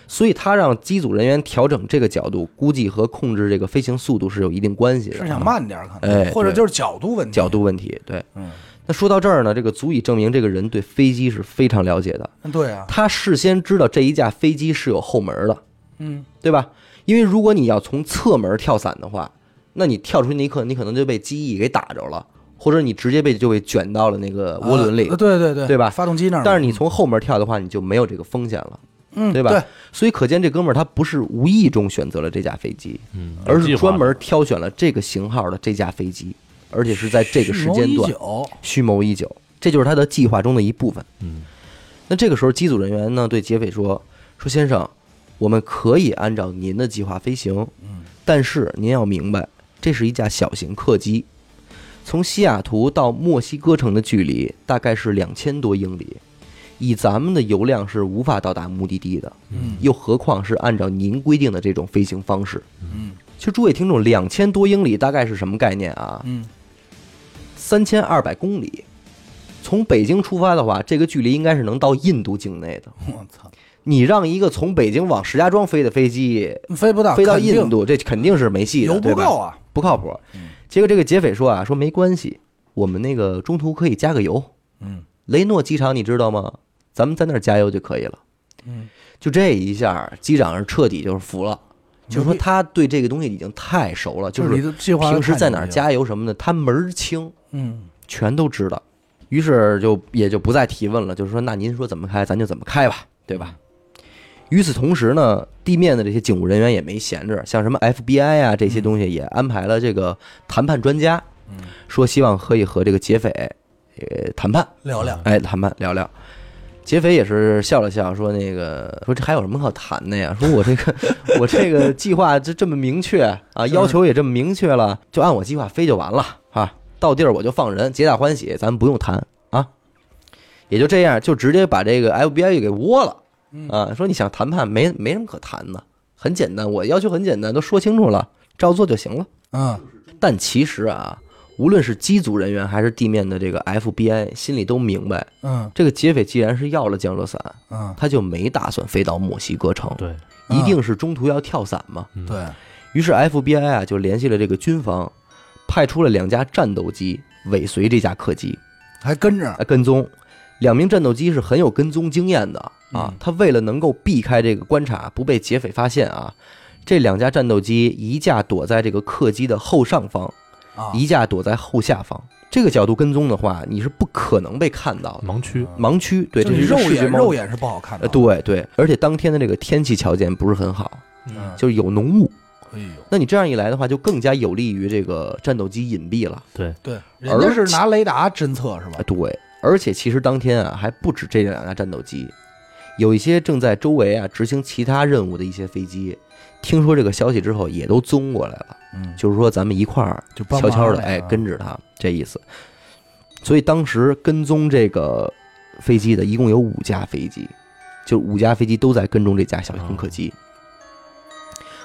Speaker 1: 所以他让机组人员调整这个角度，估计和控制这个飞行速度是有一定关系的。
Speaker 2: 是啊想慢点儿可
Speaker 1: 哎
Speaker 2: 能，或者
Speaker 1: 对
Speaker 2: 就是角度问题。
Speaker 1: 角度问题，对。
Speaker 2: 嗯，
Speaker 1: 那说到这儿呢，这个足以证明这个人对飞机是非常了解的。
Speaker 2: 对啊，
Speaker 1: 他事先知道这一架飞机是有后门的，
Speaker 2: 嗯，
Speaker 1: 对吧？因为如果你要从侧门跳伞的话，那你跳出去那一刻，你可能就被机翼给打着了，或者你直接被就被卷到了那个涡轮里。
Speaker 2: 啊对对对，
Speaker 1: 对吧
Speaker 2: 发动机那儿，
Speaker 1: 但是你从后门跳的话，你就没有这个风险了，
Speaker 2: 嗯，
Speaker 1: 对
Speaker 2: 对
Speaker 1: 吧？所以可见这哥们儿他不是无意中选择了这架飞机，
Speaker 3: 嗯，
Speaker 1: 而
Speaker 3: 有计
Speaker 1: 是
Speaker 3: 划
Speaker 1: 专
Speaker 3: 的
Speaker 1: 门挑选了这个型号的这架飞机，而且是在这个时间段
Speaker 2: 蓄谋已久
Speaker 1: 蓄谋已久，这就是他的计划中的一部分。
Speaker 3: 嗯，
Speaker 1: 那这个时候，机组人员呢对劫匪说：“说先生，我们可以按照您的计划飞行，但是您要明白，这是一架小型客机，从西雅图到墨西哥城的距离大概是两千多英里，以咱们的油量是无法到达目的地的，
Speaker 2: 嗯
Speaker 1: 又何况是按照您规定的这种飞行方式。”
Speaker 2: 嗯
Speaker 1: 其实诸位听众，两千多英里大概是什么概念啊？
Speaker 2: 嗯，
Speaker 1: 三千二百公里。从北京出发的话，这个距离应该是能到印度境内的。
Speaker 2: 我操，
Speaker 1: 你让一个从北京往石家庄飞的飞机
Speaker 2: 飞不到，
Speaker 1: 飞到
Speaker 2: 肯定
Speaker 1: 印度，这肯定是没戏的，
Speaker 2: 油
Speaker 1: 对
Speaker 2: 不
Speaker 1: 吧
Speaker 2: 够啊，
Speaker 1: 不靠谱。结果这个劫匪说啊，说没关系，我们那个中途可以加个油。
Speaker 2: 嗯，
Speaker 1: 雷诺机场你知道吗？咱们在那儿加油就可以了。
Speaker 2: 嗯，
Speaker 1: 就这一下，机长是彻底就是服了，就是说他对这个东西已经太熟了，就
Speaker 2: 就是你
Speaker 1: 是
Speaker 2: 的计划
Speaker 1: 平时在哪儿
Speaker 2: 太牛逼了，
Speaker 1: 加油什么的，他门儿清。
Speaker 2: 嗯
Speaker 1: 全都知道，于是就也就不再提问了，就是说，那您说怎么开，咱就怎么开吧，对吧？与此同时呢，地面的这些警务人员也没闲着，像什么 FBI 啊这些
Speaker 2: 嗯
Speaker 1: 东西也安排了这个谈判专家，说希望可以和这个劫匪呃谈判，
Speaker 2: 聊聊，
Speaker 1: 哎，谈判聊聊。劫匪也是笑了笑，说：“那个，说这还有什么可谈的呀？说我这个， (laughs) 我这个计划这这么明确啊，要求也这么明确了，就按我计划飞就完了啊。到地儿我就放人，皆大欢喜，咱们不用谈啊。也就这样，就直接把这个 FBI 给窝了
Speaker 2: 嗯
Speaker 1: 啊。说你想谈判，没没什么可谈的，很简单，我要求很简单，都说清楚了，照做就行了。
Speaker 2: 嗯，
Speaker 1: 但其实啊，无论是机组人员还是地面的这个 FBI，心里都明白。”
Speaker 2: 嗯
Speaker 1: 这个劫匪既然是要了降落伞，
Speaker 2: 嗯，
Speaker 1: 他就没打算飞到墨西哥
Speaker 2: 啊
Speaker 1: 城，
Speaker 3: 对，嗯
Speaker 1: 一定是中途要跳伞嘛。
Speaker 2: 对，
Speaker 1: 于是 FBI 啊就联系了这个军方，派出了两架战斗机尾随这架客机
Speaker 2: 还跟着，
Speaker 1: 来跟踪。两名战斗机是很有跟踪经验的
Speaker 2: 嗯
Speaker 1: 啊，他为了能够避开这个观察，不被劫匪发现啊，这两架战斗机一架躲在这个客机的后上方，
Speaker 2: 啊，
Speaker 1: 一架躲在后下方。这个角度跟踪的话，你是不可能被看到的。
Speaker 3: 盲区，
Speaker 2: 嗯
Speaker 1: 盲区，对，
Speaker 2: 就
Speaker 1: 这
Speaker 2: 是
Speaker 1: 是一个
Speaker 2: 肉
Speaker 1: 视觉盲
Speaker 2: 眼
Speaker 1: 区
Speaker 2: 肉眼是不好看的，
Speaker 1: 呃，，对对，而且当天的这个天气条件不是很好，
Speaker 2: 嗯，
Speaker 1: 就是有浓雾。
Speaker 2: 哎呦，
Speaker 1: 那你这样一来的话，就更加有利于这个战斗机隐蔽了。
Speaker 3: 对，
Speaker 2: 对，人家是拿雷达侦测是吧
Speaker 1: 啊，？对，而且其实当天啊，还不止这两架战斗机，有一些正在周围啊执行其他任务的一些飞机，听说这个消息之后也都踪过来了。
Speaker 2: 嗯，
Speaker 1: 就是说咱们一块儿
Speaker 2: 就帮
Speaker 1: 悄悄
Speaker 2: 忙
Speaker 1: 的
Speaker 2: 呗
Speaker 1: 哎
Speaker 2: 啊
Speaker 1: 跟着他，这意思。所以当时跟踪这个飞机的一共有五架飞机，就五架飞机都在跟踪这架小型客机。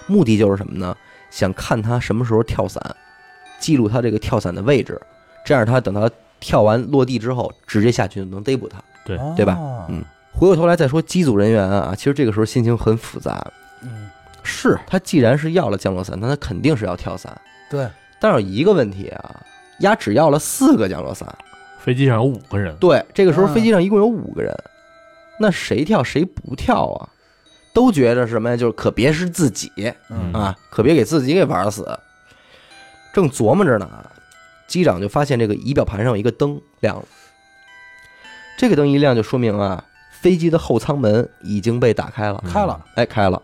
Speaker 1: 目的就是什么呢？想看他什么时候跳伞，记录他这个跳伞的位置，这样他等他跳完落地之后，直接下去就能逮捕他。
Speaker 3: 对
Speaker 1: 对吧
Speaker 2: 哦
Speaker 1: 嗯回过头来再说机组人员啊，其实这个时候心情很复杂。
Speaker 2: 嗯，
Speaker 1: 是他既然是要了降落伞，那他肯定是要跳伞。
Speaker 2: 对，
Speaker 1: 但有一个问题啊，鸭只要了四个降落伞。
Speaker 3: 飞机上有五个人，
Speaker 1: 对，这个时候
Speaker 2: 嗯
Speaker 1: 飞机上一共有五个人，那谁跳谁不跳啊？都觉着什么呀？就是可别是自己
Speaker 3: 嗯
Speaker 1: 啊，可别给自己给玩死。正琢磨着呢，机长就发现这个仪表盘上有一个灯亮了。这个灯一亮，就说明啊，飞机的后舱门已经被打开了。
Speaker 2: 开了，
Speaker 1: 哎，开了。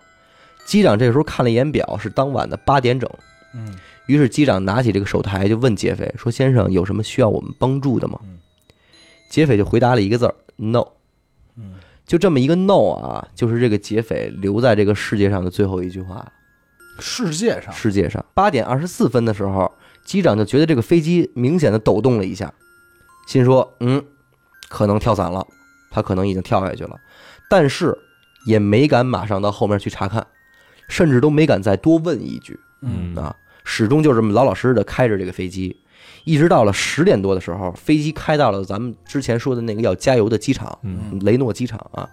Speaker 1: 机长这时候看了一眼表，是当晚的八点整。
Speaker 2: 嗯
Speaker 1: 于是机长拿起这个手台就问劫匪说：“先生，有什么需要我们帮助的吗
Speaker 2: 嗯？”
Speaker 1: 劫匪就回答了一个字儿：“no。
Speaker 2: 嗯”
Speaker 1: 就这么一个 “no” 啊，就是这个劫匪留在这个世界上的最后一句话。
Speaker 2: 世界上
Speaker 1: 世界上八点二十四分的时候，机长就觉得这个飞机明显的抖动了一下，心说：“嗯，可能跳伞了，他可能已经跳下去了。”但是也没敢马上到后面去查看，甚至都没敢再多问一句。
Speaker 3: 嗯
Speaker 1: 啊，始终就这么老老实实的开着这个飞机，一直到了十点多的时候，飞机开到了咱们之前说的那个要加油的机场，
Speaker 3: 嗯
Speaker 1: 雷诺机场啊。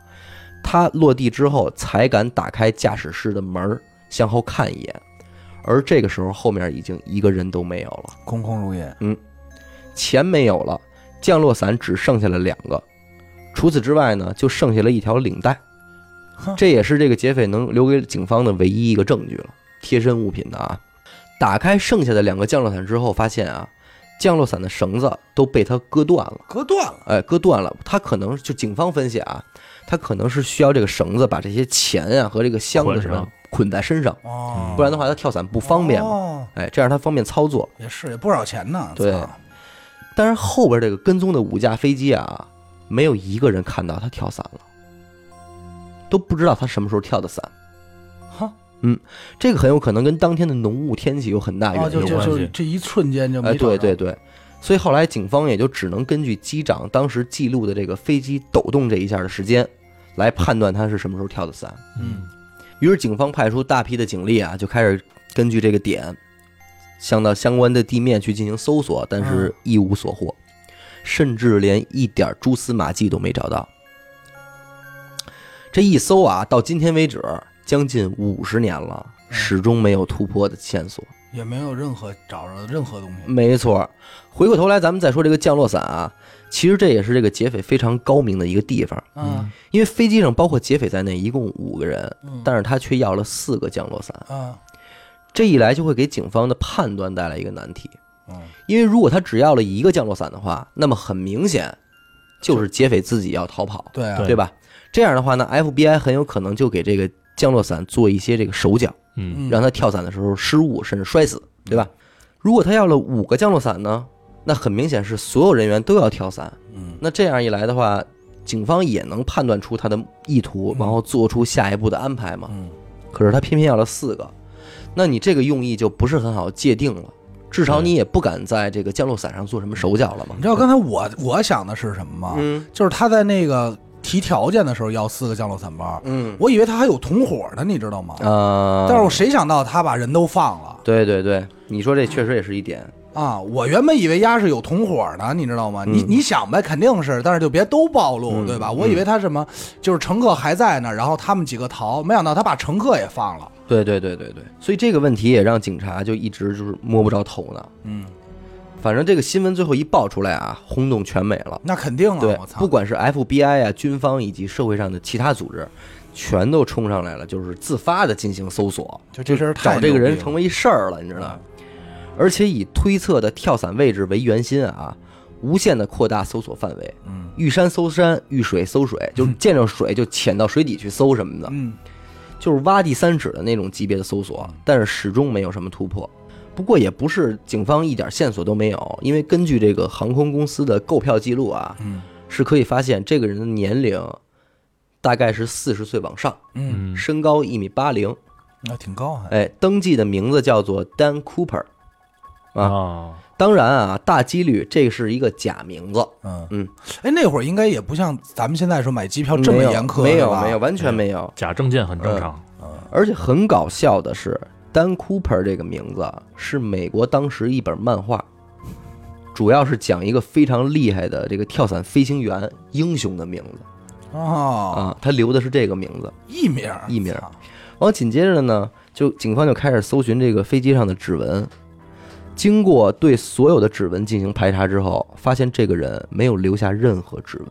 Speaker 1: 他落地之后才敢打开驾驶室的门儿向后看一眼，而这个时候后面已经一个人都没有了。
Speaker 2: 空空如也。
Speaker 1: 钱没有了，降落伞只剩下了两个，除此之外呢，就剩下了一条领带
Speaker 2: 哼，
Speaker 1: 这也是这个劫匪能留给警方的唯一一个证据了，贴身物品的啊。打开剩下的两个降落伞之后，发现啊，降落伞的绳子都被他割断了，
Speaker 2: 割断了，
Speaker 1: 哎，割断了。他可能就警方分析啊，他可能是需要这个绳子把这些钱啊和这个箱子
Speaker 3: 捆
Speaker 1: 什么
Speaker 3: 上
Speaker 1: 捆在身上，
Speaker 2: 哦，
Speaker 1: 嗯不然的话他跳伞不方便嘛。
Speaker 2: 哦，
Speaker 1: 哎，这样他方便操作。
Speaker 2: 也是也不少钱呢。
Speaker 1: 对
Speaker 2: 操
Speaker 1: 但是后边这个跟踪的五架飞机啊，没有一个人看到他跳伞了，都不知道他什么时候跳的伞。
Speaker 2: 哈，
Speaker 1: 这个很有可能跟当天的浓雾天气有很大原
Speaker 2: 哦，
Speaker 1: 因。
Speaker 2: 就
Speaker 3: 有
Speaker 2: 就
Speaker 3: 关
Speaker 2: 就
Speaker 3: 系
Speaker 2: 这一瞬间就
Speaker 1: 哎，
Speaker 2: 没找着。
Speaker 1: 对对对，所以后来警方也就只能根据机长当时记录的这个飞机抖动这一下的时间，来判断他是什么时候跳的伞。
Speaker 3: 嗯，
Speaker 1: 于是警方派出大批的警力啊，就开始根据这个点，向到相关的地面去进行搜索，但是一无所获，甚至连一点蛛丝马迹都没找到。这一搜啊，到今天为止将近五十年了，始终没有突破的线索。
Speaker 2: 也没有任何找着任何东西。
Speaker 1: 没错，回过头来咱们再说这个降落伞啊，其实这也是这个劫匪非常高明的一个地方，
Speaker 2: 嗯
Speaker 1: 因为飞机上包括劫匪在内一共五个人，
Speaker 2: 嗯
Speaker 1: 但是他却要了四个降落伞。
Speaker 2: 嗯
Speaker 1: 这一来就会给警方的判断带来一个难题，
Speaker 2: 嗯，
Speaker 1: 因为如果他只要了一个降落伞的话，那么很明显就是劫匪自己要逃跑，
Speaker 2: 对啊，
Speaker 3: 对
Speaker 1: 对吧？这样的话呢，FBI 很有可能就给这个降落伞做一些这个手脚，
Speaker 3: 嗯，
Speaker 2: 嗯
Speaker 1: 让他跳伞的时候失误甚至摔死，对吧？如果他要了五个降落伞呢，那很明显是所有人员都要跳伞，
Speaker 2: 嗯
Speaker 1: 那这样一来的话，警方也能判断出他的意图，然后做出下一步的安排嘛。
Speaker 2: 嗯，
Speaker 1: 可是他偏偏要了四个，那你这个用意就不是很好界定了。至少你也不敢在这个降落伞上做什么手脚了嘛
Speaker 2: 你。知道刚才我我想的是什么吗？
Speaker 1: 嗯
Speaker 2: 就是他在那个提条件的时候要四个降落伞包，
Speaker 1: 嗯
Speaker 2: 我以为他还有同伙呢，你知道吗？
Speaker 1: 啊，
Speaker 2: 但是我谁想到他把人都放了
Speaker 1: 对对对，你说这确实也是一点。
Speaker 2: 啊！我原本以为丫是有同伙呢，你知道吗？
Speaker 1: 嗯
Speaker 2: 你你想呗，肯定是，但是就别都暴露，对吧？我以为他什么就是乘客还在呢，然后他们几个逃，没想到他把乘客也放了。
Speaker 1: 对对对对对，所以这个问题也让警察就一直就是摸不着头脑。
Speaker 2: 嗯，
Speaker 1: 反正这个新闻最后一爆出来啊，轰动全美了。
Speaker 2: 那肯定啊！
Speaker 1: 对
Speaker 2: 我，操，
Speaker 1: 不管是 FBI 啊、军方以及社会上的其他组织，全都冲上来了，就是自发的进行搜索，
Speaker 2: 就这事儿太
Speaker 1: 找这个
Speaker 2: 牛
Speaker 1: 人
Speaker 2: 逼了
Speaker 1: 成为一事儿了，你知道？而且以推测的跳伞位置为圆心啊，无限的扩大搜索范围，
Speaker 2: 嗯
Speaker 1: 遇山搜山，遇水搜水，
Speaker 2: (laughs)
Speaker 1: 就是见着水就潜到水底去搜什么的，
Speaker 2: 嗯
Speaker 1: 就是挖地三尺的那种级别的搜索，但是始终没有什么突破。不过也不是警方一点线索都没有，因为根据这个航空公司的购票记录啊，
Speaker 2: 嗯
Speaker 1: 是可以发现这个人的年龄大概是四十岁往上，
Speaker 2: 嗯，
Speaker 3: 嗯
Speaker 1: 身高一米八零，
Speaker 2: 那挺高还
Speaker 1: 哎，登记的名字叫做 Dan Cooper。
Speaker 3: 啊，
Speaker 1: 当然啊，大几率这是一个假名字，
Speaker 2: 嗯
Speaker 1: 嗯，
Speaker 2: 哎，那会儿应该也不像咱们现在说买机票这么
Speaker 1: 没有
Speaker 2: 严苛，
Speaker 1: 没
Speaker 2: 是
Speaker 1: 有
Speaker 2: 吧嗯
Speaker 1: 没有，，完全没有。
Speaker 3: 假证件很正常，
Speaker 1: 而且很搞笑的是，Dan Cooper 这个名字啊是美国当时一本漫画，主要是讲一个非常厉害的这个跳伞飞行员英雄的名字
Speaker 2: 哦，
Speaker 1: 啊，他留的是这个名字。
Speaker 2: 艺名儿
Speaker 1: 艺名儿
Speaker 2: 操
Speaker 1: 然后紧接着呢，就警方就开始搜寻这个飞机上的指纹。经过对所有的指纹进行排查之后，发现这个人没有留下任何指纹。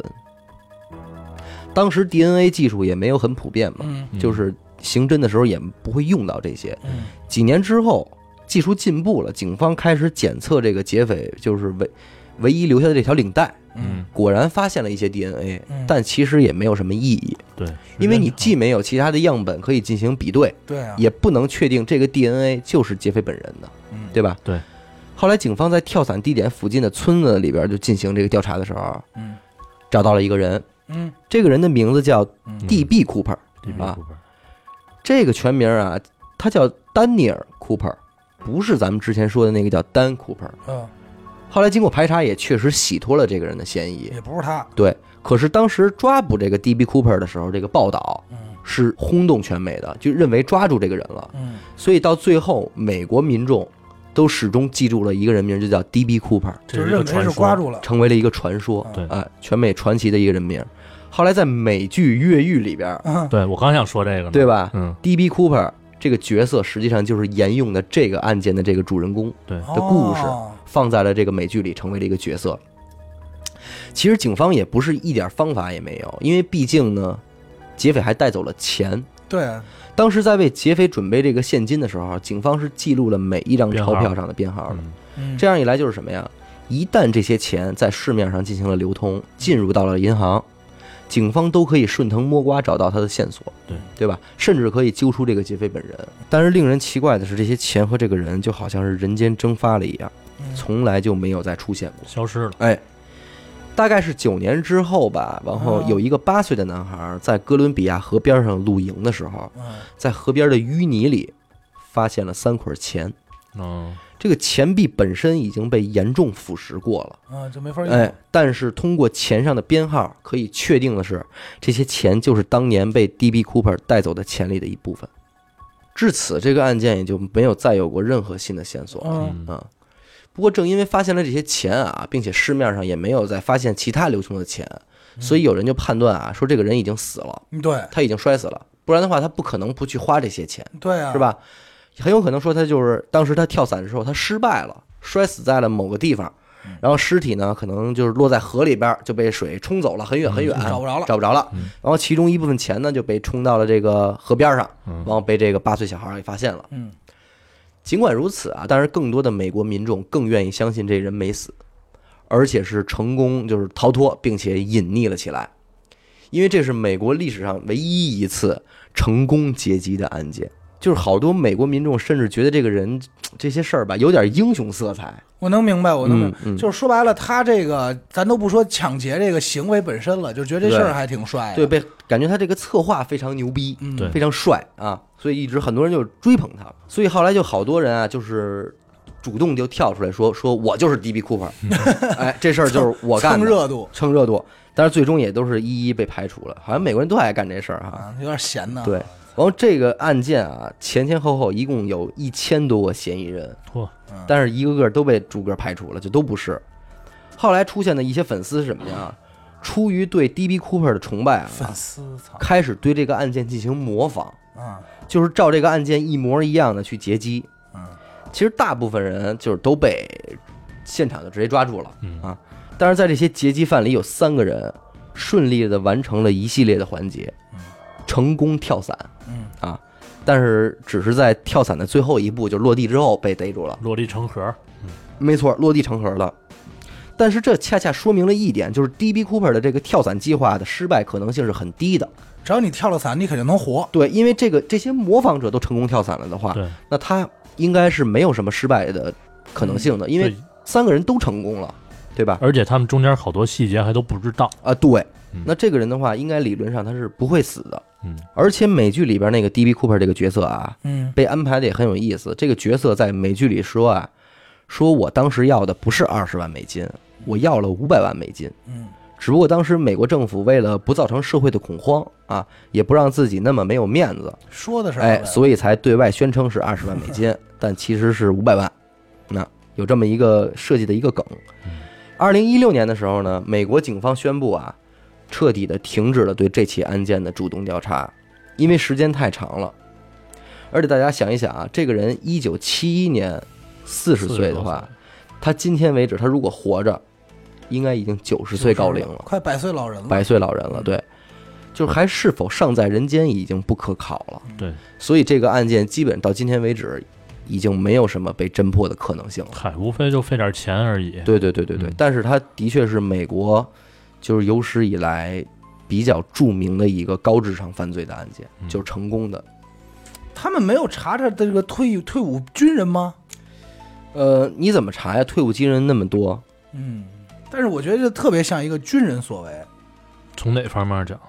Speaker 1: 当时 DNA 技术也没有很普遍嘛，
Speaker 2: 嗯
Speaker 3: 嗯
Speaker 1: 呃就是刑侦的时候也不会用到这些。
Speaker 2: 嗯
Speaker 1: 几年之后，技术进步了，警方开始检测这个劫匪，就是唯唯一留下的这条领带，
Speaker 2: 嗯
Speaker 1: 果然发现了一些 DNA，
Speaker 2: 嗯
Speaker 1: 但其实也没有什么意义，
Speaker 3: 对，
Speaker 1: 因为你既没有其他的样本可以进行比对，
Speaker 2: 对啊，
Speaker 1: 也不能确定这个 DNA 就是劫匪本人的，
Speaker 2: 嗯
Speaker 1: 对吧？
Speaker 3: 对。
Speaker 1: 后来警方在跳伞地点附近的村子里边就进行这个调查的时候，
Speaker 2: 嗯
Speaker 1: 找到了一个人，
Speaker 2: 嗯
Speaker 1: 这个人的名字叫
Speaker 2: 嗯
Speaker 1: D.B. Cooper，
Speaker 3: 地
Speaker 1: 啊
Speaker 3: 表部分
Speaker 1: 这个全名啊，他叫丹尼尔·库珀，不是咱们之前说的那个叫丹·库珀。
Speaker 2: 嗯，
Speaker 1: 后来经过排查，也确实洗脱了这个人的嫌疑。
Speaker 2: 也不是他，
Speaker 1: 对，可是当时抓捕这个 D.B. Cooper 的时候，这个报道
Speaker 2: 嗯
Speaker 1: 是轰动全美的，就认为抓住这个人了。
Speaker 2: 嗯，
Speaker 1: 所以到最后，美国民众都始终记住了一个人名，就叫 D.B. Cooper，
Speaker 3: 这
Speaker 2: 就是
Speaker 3: 一个
Speaker 2: 认为
Speaker 3: 传
Speaker 2: 是
Speaker 3: 说
Speaker 2: 刮住了，
Speaker 1: 成为了一个传说。
Speaker 3: 啊对
Speaker 1: 哎，全美传奇的一个人名。后来在美剧《越狱》里边，
Speaker 2: 嗯
Speaker 3: 对我刚想说这个呢，
Speaker 1: 对吧
Speaker 3: 嗯，
Speaker 1: D.B. Cooper 这个角色实际上就是沿用的这个案件的这个主人公，
Speaker 3: 对，
Speaker 1: 的故事
Speaker 2: 哦
Speaker 1: 放在了这个美剧里，成为了一个角色。其实警方也不是一点方法也没有，因为毕竟呢，劫匪还带走了钱。
Speaker 2: 对，
Speaker 1: 当时在为劫匪准备这个现金的时候，警方是记录了每一张
Speaker 3: 编号
Speaker 1: 钞票上的编号的。
Speaker 3: 嗯
Speaker 2: 嗯
Speaker 1: 这样一来就是什么呀？一旦这些钱在市面上进行了流通，进入到了银行，警方都可以顺藤摸瓜找到他的线索，
Speaker 3: 对
Speaker 1: 对吧？甚至可以揪出这个劫匪本人。但是令人奇怪的是，这些钱和这个人就好像是人间蒸发了一样，
Speaker 2: 嗯
Speaker 1: 从来就没有再出现过。
Speaker 3: 消失了，
Speaker 1: 哎，大概是九年之后吧，然后
Speaker 2: 哦
Speaker 1: 有一个八岁的男孩在哥伦比亚河边上露营的时候，
Speaker 2: 嗯
Speaker 1: 在河边的淤泥里发现了三捆钱。
Speaker 3: 嗯，
Speaker 1: 这个钱币本身已经被严重腐蚀过了，
Speaker 2: 嗯，就没法用。
Speaker 1: 哎，但是通过钱上的编号，可以确定的是，这些钱就是当年被 D.B. Cooper 带走的钱里的一部分。至此，这个案件也就没有再有过任何新的线索了。
Speaker 2: 嗯
Speaker 1: 啊，不过正因为发现了这些钱啊，并且市面上也没有再发现其他流通的钱，所以有人就判断啊，说这个人已经死了，
Speaker 2: 嗯对
Speaker 1: 他已经摔死了，不然的话他不可能不去花这些钱，
Speaker 2: 对啊，
Speaker 1: 是？吧？很有可能说他就是当时他跳伞的时候他失败了，摔死在了某个地方，然后尸体呢可能就是落在河里边儿就被水冲走了很远很远，
Speaker 2: 找不着了
Speaker 1: 找不着了。然后其中一部分钱呢就被冲到了这个河边上，然后被这个八岁小孩儿给发现了。
Speaker 2: 嗯，
Speaker 1: 尽管如此啊，但是更多的美国民众更愿意相信这人没死，而且是成功就是逃脱，并且隐匿了起来，因为这是美国历史上唯一一次成功劫机的案件。就是好多美国民众甚至觉得这个人这些事儿吧，有点英雄色彩。
Speaker 2: 我能明白，我能明白。
Speaker 1: 嗯
Speaker 2: 就是说白了，他这个咱都不说抢劫这个行为本身了，就觉得这事
Speaker 1: 对
Speaker 2: 儿还挺帅的。
Speaker 1: 对，被感觉他这个策划非常牛逼，
Speaker 2: 哎嗯，
Speaker 3: 对
Speaker 1: 非常帅啊，所以一直很多人就追捧他。所以后来就好多人啊，就是主动就跳出来说，说我就是 D.B.
Speaker 2: (laughs)
Speaker 1: Cooper，哎，这事儿就是我干
Speaker 2: 蹭
Speaker 1: 的，
Speaker 2: 热度
Speaker 1: 蹭热度。但是最终也都是一一被排除了，好像美国人都爱干这事儿哈。
Speaker 2: 啊，有点闲呢。
Speaker 1: 对，然后这个案件啊，前前后后一共有一千多个嫌疑人，
Speaker 3: 嚯，
Speaker 2: 啊
Speaker 1: 但是一个个都被逐个排除了，就都不是。后来出现的一些粉丝是什么呀？出于对 D.B. Cooper 的崇拜啊，
Speaker 2: 粉丝操
Speaker 1: 开始对这个案件进行模仿，
Speaker 2: 啊，
Speaker 1: 就是照这个案件一模一样的去劫机。
Speaker 2: 嗯，
Speaker 1: 其实大部分人就是都被现场就直接抓住了、
Speaker 3: 嗯
Speaker 1: 啊。但是在这些劫机犯里，有三个人顺利的完成了一系列的环节，成功跳伞。
Speaker 2: 嗯
Speaker 1: 啊，但是只是在跳伞的最后一步，就落地之后被逮住了。
Speaker 3: 落地成盒，
Speaker 1: 没错，落地成盒了。但是这恰恰说明了一点，就是 D.B. Cooper 的这个跳伞计划的失败可能性是很低的。
Speaker 2: 只要你跳了伞，你肯定能活。
Speaker 1: 对，因为这个这些模仿者都成功跳伞了的话，
Speaker 3: 对，
Speaker 1: 那他应该是没有什么失败的可能性的，因为
Speaker 3: 嗯对
Speaker 1: 三个人都成功了，对吧？
Speaker 3: 而且他们中间好多细节还都不知道，
Speaker 1: 啊，对
Speaker 3: 嗯，
Speaker 1: 那这个人的话，应该理论上他是不会死的。
Speaker 3: 嗯，
Speaker 1: 而且美剧里边那个 D.B. Cooper 这个角色啊，
Speaker 2: 嗯
Speaker 1: 被安排的也很有意思。这个角色在美剧里说啊，说我当时要的不是二十万美金，我要了五百万美金。
Speaker 2: 嗯
Speaker 1: 只不过当时美国政府为了不造成社会的恐慌啊，也不让自己那么没有面子，
Speaker 2: 说的是
Speaker 1: 哎，所以才对外宣称是二十万美 (laughs) 金，但其实是五百万。那有这么一个设计的一个梗。二零一六年的时候呢，美国警方宣布啊，彻底的停止了对这起案件的主动调查，因为时间太长了。而且大家想一想啊，这个人一九七一年四十岁的话，他今天为止，他如果活着，应该已经九十岁高龄了，
Speaker 2: 快百岁老人了。
Speaker 1: 百岁老人了。对，就是还是否尚在人间已经不可考了。
Speaker 3: 对，
Speaker 1: 所以这个案件基本到今天为止，已经没有什么被侦破的可能性了。
Speaker 3: 嗨，无非就费点钱而已，
Speaker 1: 对对对对对
Speaker 3: 嗯，
Speaker 1: 但是它的确是美国就是有史以来比较著名的一个高智商犯罪的案件，
Speaker 3: 嗯
Speaker 1: 就是成功的。
Speaker 2: 他们没有查查这个
Speaker 1: 嗯
Speaker 2: 退役退伍军人吗？
Speaker 1: 呃，你怎么查呀？退伍军人那么多，
Speaker 2: 嗯，但是我觉得这特别像一个军人所为。
Speaker 3: 从哪方面讲？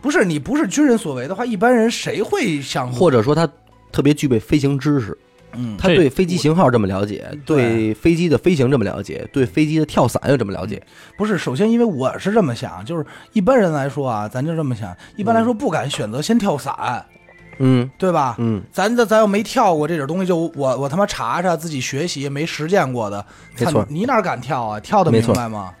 Speaker 2: 不是你不是军人所为的话，一般人谁会想
Speaker 1: 或者说他特别具备飞行知识，
Speaker 2: 嗯
Speaker 1: 他对飞机型号这么了解，对
Speaker 2: 对
Speaker 1: 飞机的飞行这么了解，对飞机的跳伞又这么了解。
Speaker 2: 不是，首先因为我是这么想，就是一般人来说啊，咱就这么想，一般来说不敢选择先跳伞，
Speaker 1: 嗯
Speaker 2: 对吧？
Speaker 1: 嗯，
Speaker 2: 咱这咱要没跳过这点东西，就我我他妈查查自己学习没实践过的，
Speaker 1: 没错
Speaker 2: 看你哪敢跳啊？跳的
Speaker 1: 没
Speaker 2: 明
Speaker 1: 错
Speaker 2: 白吗？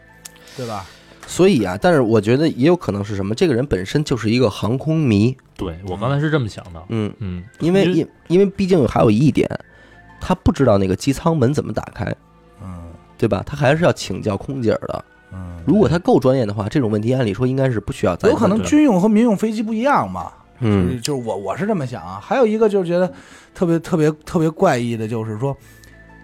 Speaker 2: 对吧？
Speaker 1: 所以啊，但是我觉得也有可能是什么，这个人本身就是一个航空迷，
Speaker 3: 对我刚才是这么想的，
Speaker 1: 嗯，
Speaker 3: 嗯，
Speaker 1: 因为因因为毕竟还有一点，他不知道那个机舱门怎么打开，
Speaker 2: 嗯
Speaker 1: 对吧？他还是要请教空姐儿的。
Speaker 2: 嗯，
Speaker 1: 如果他够专业的话，这种问题按理说应该是不需要再
Speaker 2: 有可能军用和民用飞机不一样嘛。就
Speaker 1: 嗯
Speaker 2: 是就是我我是这么想啊。还有一个就是觉得特别特别特别怪异的，就是说，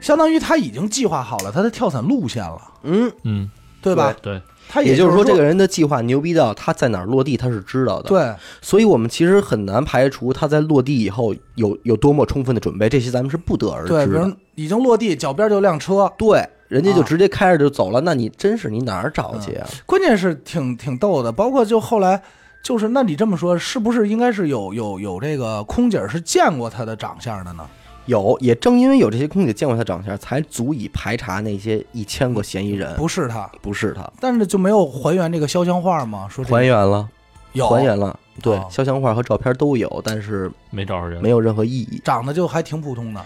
Speaker 2: 相当于他已经计划好了他的跳伞路线了，
Speaker 1: 嗯，
Speaker 3: 嗯，
Speaker 2: 对吧？
Speaker 3: 对，
Speaker 2: 他
Speaker 1: 也就
Speaker 2: 就
Speaker 1: 是是说，这
Speaker 2: 个
Speaker 1: 个人的计划牛逼到他在哪儿落地他是知道的，，
Speaker 2: 对
Speaker 1: 所以我们其实很难排除他在落地以后有有多么充分的准备，这些咱们是不得而
Speaker 2: 对，
Speaker 1: 知
Speaker 2: 比
Speaker 1: 的。
Speaker 2: 如已经落地，脚边就辆车。
Speaker 1: 对，人家就
Speaker 2: 啊
Speaker 1: 直接开着就走了，那你真是你哪儿找去啊？
Speaker 2: 关键是挺挺逗的，包括就后来就是，那你这么说，是不是应该是有有有这个空姐是见过他的长相的呢？
Speaker 1: 有，也正因为有这些空姐见过他长相，才足以排查那些一千个嫌疑人，
Speaker 2: 不是他，
Speaker 1: 不是他，
Speaker 2: 但是就没有还原这个肖像画吗？说这个
Speaker 1: 还原了，
Speaker 2: 有
Speaker 1: 还原了，对
Speaker 2: 哦，
Speaker 1: 肖像画和照片都有，但是
Speaker 3: 没找着人，
Speaker 1: 没有任何意义，
Speaker 2: 长得就还挺普通的，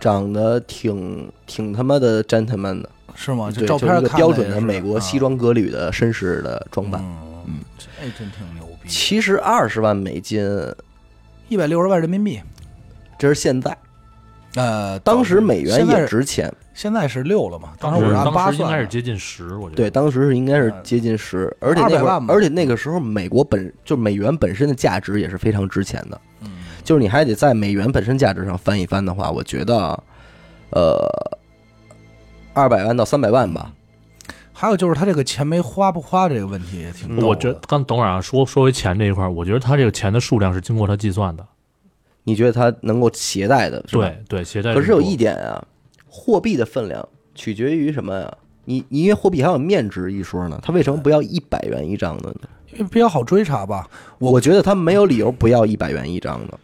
Speaker 1: 长得挺挺他妈的 gentleman 的，
Speaker 2: 是吗？
Speaker 1: 对，
Speaker 2: 哦照
Speaker 1: 就
Speaker 2: 片
Speaker 1: 是一
Speaker 2: 看
Speaker 1: 个
Speaker 2: 的
Speaker 1: 标准的
Speaker 2: 也是啊
Speaker 1: 美国西装革履的绅士的装扮。
Speaker 2: 嗯
Speaker 1: 嗯，
Speaker 2: 这真挺牛逼。
Speaker 1: 其实二十万美金，
Speaker 2: 一百六十万人民币，
Speaker 1: 这是现在，
Speaker 2: 呃，
Speaker 1: 当时美元
Speaker 2: 现在
Speaker 1: 也
Speaker 2: 是
Speaker 1: 值钱，
Speaker 2: 现在是六了嘛？
Speaker 3: 当
Speaker 2: 时
Speaker 3: 时
Speaker 2: 我是按八
Speaker 3: 当时应
Speaker 2: 算
Speaker 3: 该
Speaker 2: 的，
Speaker 3: 是接近十，我觉
Speaker 1: 对，
Speaker 3: 得，
Speaker 1: 当时是应该是接近十，而且那
Speaker 2: 200
Speaker 1: 会儿
Speaker 2: 万，吧
Speaker 1: 而且那个时候美国本就美元本身的价值也是非常值钱的，
Speaker 2: 嗯
Speaker 1: 就是你还得在美元本身价值上翻一翻的话，我觉得啊，呃，二百万到三百万吧，
Speaker 2: 还有就是他这个钱没花不花这个问题也挺逗的，
Speaker 3: 我觉
Speaker 1: 嗯
Speaker 3: 得刚等会儿啊，说说回钱这一块儿，我觉得他这个钱的数量是经过他计算的，
Speaker 1: 你觉得它能够携带的，是吧？
Speaker 3: 对对，携带。
Speaker 1: 可是有一，点啊，货币的分量取决于什么呀、你你因为货币还有面值一说呢，它为什么不要一百元一张的呢？
Speaker 2: 因为比较好追查吧。
Speaker 1: 我觉得它没有理由不要一百元一张的，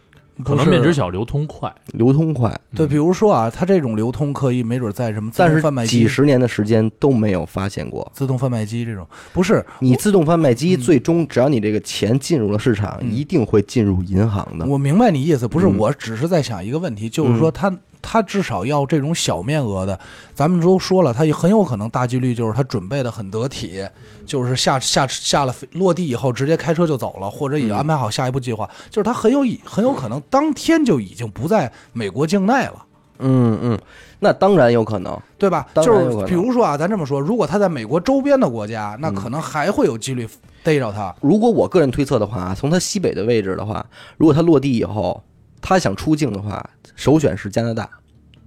Speaker 3: 可
Speaker 2: 不
Speaker 3: 能
Speaker 2: 是
Speaker 3: 面值小，流通快，
Speaker 1: 流通快。
Speaker 2: 对，比如说啊，它这种流通可以没准在什么自
Speaker 1: 但
Speaker 2: 动贩卖
Speaker 1: 是
Speaker 2: 机
Speaker 1: 几、十年的时间都没有发现过。
Speaker 2: 自动贩卖机这种，不是
Speaker 1: 你自动贩卖机
Speaker 2: 嗯
Speaker 1: 最终，只要你这个钱进入了市场，一定会进入银行的。嗯
Speaker 2: 我明白你意思，不是，我只是在想一个问题，就是说他他至少要这种小面额的，咱们都说了，他也很有可能大几率就是他准备的很得体，就是下下下了飞落地以后直接开车就走了，或者已经安排好下一步计划，就是他很有以很有可能当天就已经不在美国境内了。
Speaker 1: 嗯嗯，那当然有可能。
Speaker 2: 对吧？
Speaker 1: 当
Speaker 2: 就
Speaker 1: 然有可能嗯
Speaker 2: 是比如说啊，咱这么说，如果他在美国周边的国家，那可能还会有几率逮着他。
Speaker 1: 如果我个人推测的话，啊从它西北的位置的话，如果它落地以后，它想出境的话，首选是加拿大。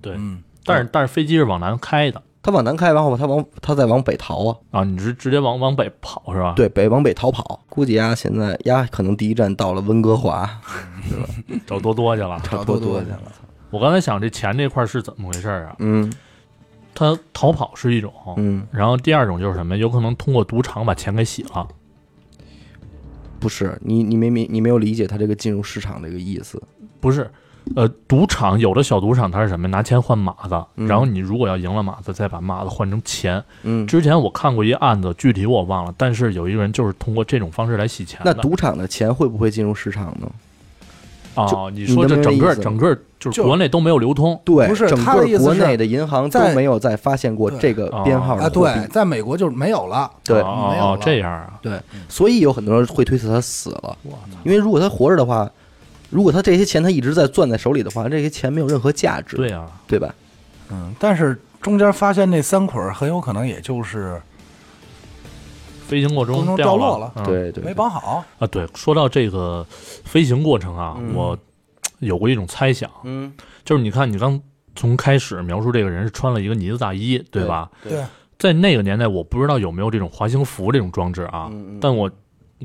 Speaker 3: 对，
Speaker 2: 嗯，
Speaker 3: 但是但是飞机是往南开的
Speaker 1: 它往南开完后，它往它再往北逃啊，
Speaker 3: 啊，你是直接往往北跑是吧？，
Speaker 1: 对，北往北逃跑。估计呀，现在呀，可能第一站到了温哥华，
Speaker 3: 找多多
Speaker 1: (laughs)
Speaker 3: 去了。
Speaker 2: 找
Speaker 1: 多
Speaker 2: 多
Speaker 1: 去
Speaker 2: 去
Speaker 1: 了。
Speaker 3: 我刚才想这钱这块儿是怎么回事儿啊？
Speaker 1: 嗯
Speaker 3: 他逃跑是一种，
Speaker 1: 嗯，
Speaker 3: 然后第二种就是什么？有可能通过赌场把钱给洗了。
Speaker 1: 不是，你你没明你没有理解它这个进入市场这个意思。
Speaker 3: 不是，呃，赌场有的小赌场它是什么？拿钱换马子，然后你如果要赢了马子，再把马子换成钱。
Speaker 1: 嗯，
Speaker 3: 之前我看过一案子，具体我忘了，但是有一个人就是通过这种方式来洗钱
Speaker 1: 那
Speaker 3: 的。
Speaker 1: 赌场的钱会不会进入市场呢？
Speaker 3: 啊，你说
Speaker 1: 你能
Speaker 3: 这
Speaker 1: 明白
Speaker 3: 整
Speaker 1: 意
Speaker 3: 个
Speaker 1: 思吗
Speaker 3: 整个就是
Speaker 2: 就
Speaker 3: 国内都没有流通，
Speaker 1: 对，
Speaker 2: 不是
Speaker 1: 整
Speaker 2: 他的意
Speaker 1: 个
Speaker 2: 思
Speaker 1: 国
Speaker 2: 是
Speaker 1: 内的银行都
Speaker 2: 在
Speaker 1: 没有再发现过
Speaker 2: 对
Speaker 1: 这个编号
Speaker 2: 啊，
Speaker 1: 的货币。
Speaker 2: 对，在美国就是没有了。
Speaker 1: 对
Speaker 3: 哦
Speaker 2: 没有
Speaker 3: 哦
Speaker 2: 了
Speaker 3: 这样啊，
Speaker 1: 对，所以有很多人会推测他死了
Speaker 3: 我操，
Speaker 1: 因为如果他活着的话，如果他这些钱他一直在攥在手里的话，这些钱没有任何价值，
Speaker 3: 对啊，
Speaker 1: 对吧？
Speaker 2: 嗯，但是中间发现那三捆儿很有可能也就是
Speaker 3: 飞行过程
Speaker 2: 空中
Speaker 3: 中掉
Speaker 2: 掉落
Speaker 3: 了
Speaker 2: 了，
Speaker 3: 嗯
Speaker 1: 对对，
Speaker 2: 没绑好。
Speaker 3: 啊，对，说到这个飞行过程啊，我有过一种猜想，
Speaker 1: 嗯，
Speaker 3: 就是你看你刚从开始描述这个人是穿了一个呢子大衣，对吧？
Speaker 2: 对，
Speaker 3: 在那个年代，我不知道有没有这种滑行服这种装置啊，
Speaker 1: 嗯
Speaker 3: 但我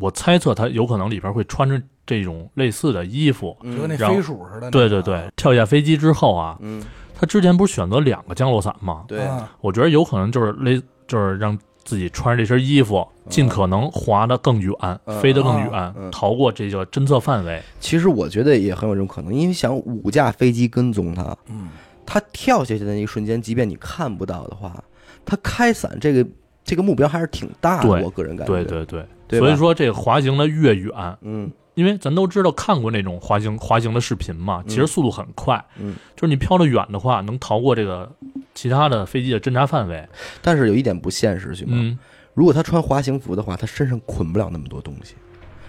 Speaker 3: 我猜测他有可能里边会穿着这种类似的衣服。
Speaker 2: 就跟那
Speaker 3: 然后
Speaker 2: 飞鼠似的。
Speaker 3: 对对对，跳下飞机之后啊，
Speaker 1: 嗯，
Speaker 3: 他之前不是选择两个降落伞吗？
Speaker 1: 对
Speaker 2: 啊
Speaker 3: 我觉得有可能就是类，就是让自己穿着这身衣服，尽可能滑得更远，
Speaker 1: 嗯
Speaker 3: 飞得更远，
Speaker 1: 嗯嗯
Speaker 3: 逃过这个侦测范围。
Speaker 1: 其实我觉得也很有这种可能，因为想五架飞机跟踪他，
Speaker 2: 嗯，
Speaker 1: 他跳下去的那一瞬间，即便你看不到的话，他开伞这个这个目标还是挺大的，
Speaker 3: 对
Speaker 1: 我个人感觉。
Speaker 3: 对对对，
Speaker 1: 对吧
Speaker 3: 所以说这个滑行的越远，
Speaker 1: 嗯，
Speaker 3: 因为咱都知道看过那种滑行滑行的视频嘛，其实速度很快，
Speaker 1: 嗯
Speaker 3: 就是你飘得远的话，能逃过这个其他的飞机的侦察范围。
Speaker 1: 但是有一点不现实，徐萌，
Speaker 3: 嗯，
Speaker 1: 如果他穿滑行服的话，他身上捆不了那么多东西，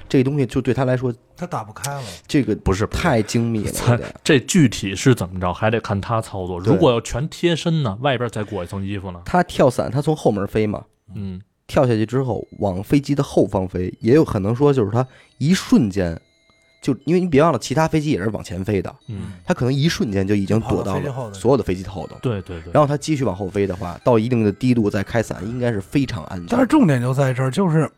Speaker 1: 这个东西就对他来说，
Speaker 2: 他打不开了。
Speaker 1: 这个
Speaker 3: 不是不是
Speaker 1: 太精密了有
Speaker 3: (laughs)
Speaker 2: (laughs)
Speaker 3: 咱
Speaker 1: 点。
Speaker 3: 这具体是怎么着，还得看他操作。
Speaker 1: 对
Speaker 3: 如果要全贴身呢，外边再裹一层衣服呢，
Speaker 1: 他跳伞，他从后门飞嘛，
Speaker 3: 嗯，
Speaker 1: 跳下去之后往飞机的后方飞，也有可能说就是他一瞬间就，因为你别忘了，其他飞机也是往前飞的，
Speaker 3: 嗯，
Speaker 1: 他可能一瞬间就已经
Speaker 2: 跑
Speaker 1: 躲到
Speaker 2: 到飞机后
Speaker 1: 了
Speaker 2: 头
Speaker 1: 所有的飞机后头。
Speaker 3: 对对对。
Speaker 1: 然后他继续往后飞的话，到一定的低度再开伞，应该是非常安全。
Speaker 2: 但是重点就在这儿，就是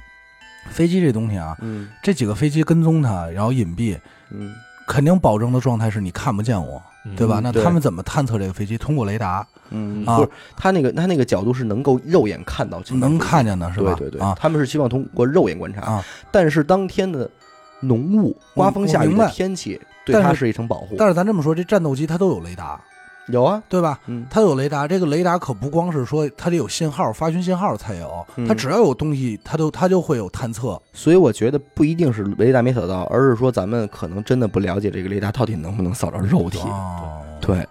Speaker 2: (coughs) 飞机这东西啊，
Speaker 1: 嗯
Speaker 2: 这几个飞机跟踪他，然后隐蔽，
Speaker 1: 嗯，
Speaker 2: 肯定保证的状态是你看不见我，
Speaker 3: 嗯
Speaker 2: 对吧？
Speaker 1: 嗯
Speaker 2: 那
Speaker 1: 对
Speaker 2: 他们怎么探测这个飞机？通过雷达
Speaker 1: 嗯，
Speaker 2: 啊
Speaker 1: 不是他那个他那个角度是能够肉眼看到，
Speaker 2: 能看见的是吧？
Speaker 1: 嗯对对对，
Speaker 2: 啊，
Speaker 1: 他们是希望通过肉眼观察，
Speaker 2: 啊
Speaker 1: 但是当天的浓雾、刮风下
Speaker 2: 我
Speaker 1: 雨
Speaker 2: 明白
Speaker 1: 的天气对
Speaker 2: 但
Speaker 1: 它
Speaker 2: 是
Speaker 1: 是一层保护。
Speaker 2: 但是咱这么说，这战斗机它都有雷达，
Speaker 1: 有啊，
Speaker 2: 对吧？
Speaker 1: 嗯，
Speaker 2: 它有雷达，这个雷达可不光是说它得有信号，发讯信号才有，
Speaker 1: 嗯
Speaker 2: 它只要有东西，它都它就会有探测。
Speaker 1: 所以我觉得不一定是雷达没扫到，而是说咱们可能真的不了解这个雷达到底能不能扫到肉体。
Speaker 2: 哦，
Speaker 1: 对，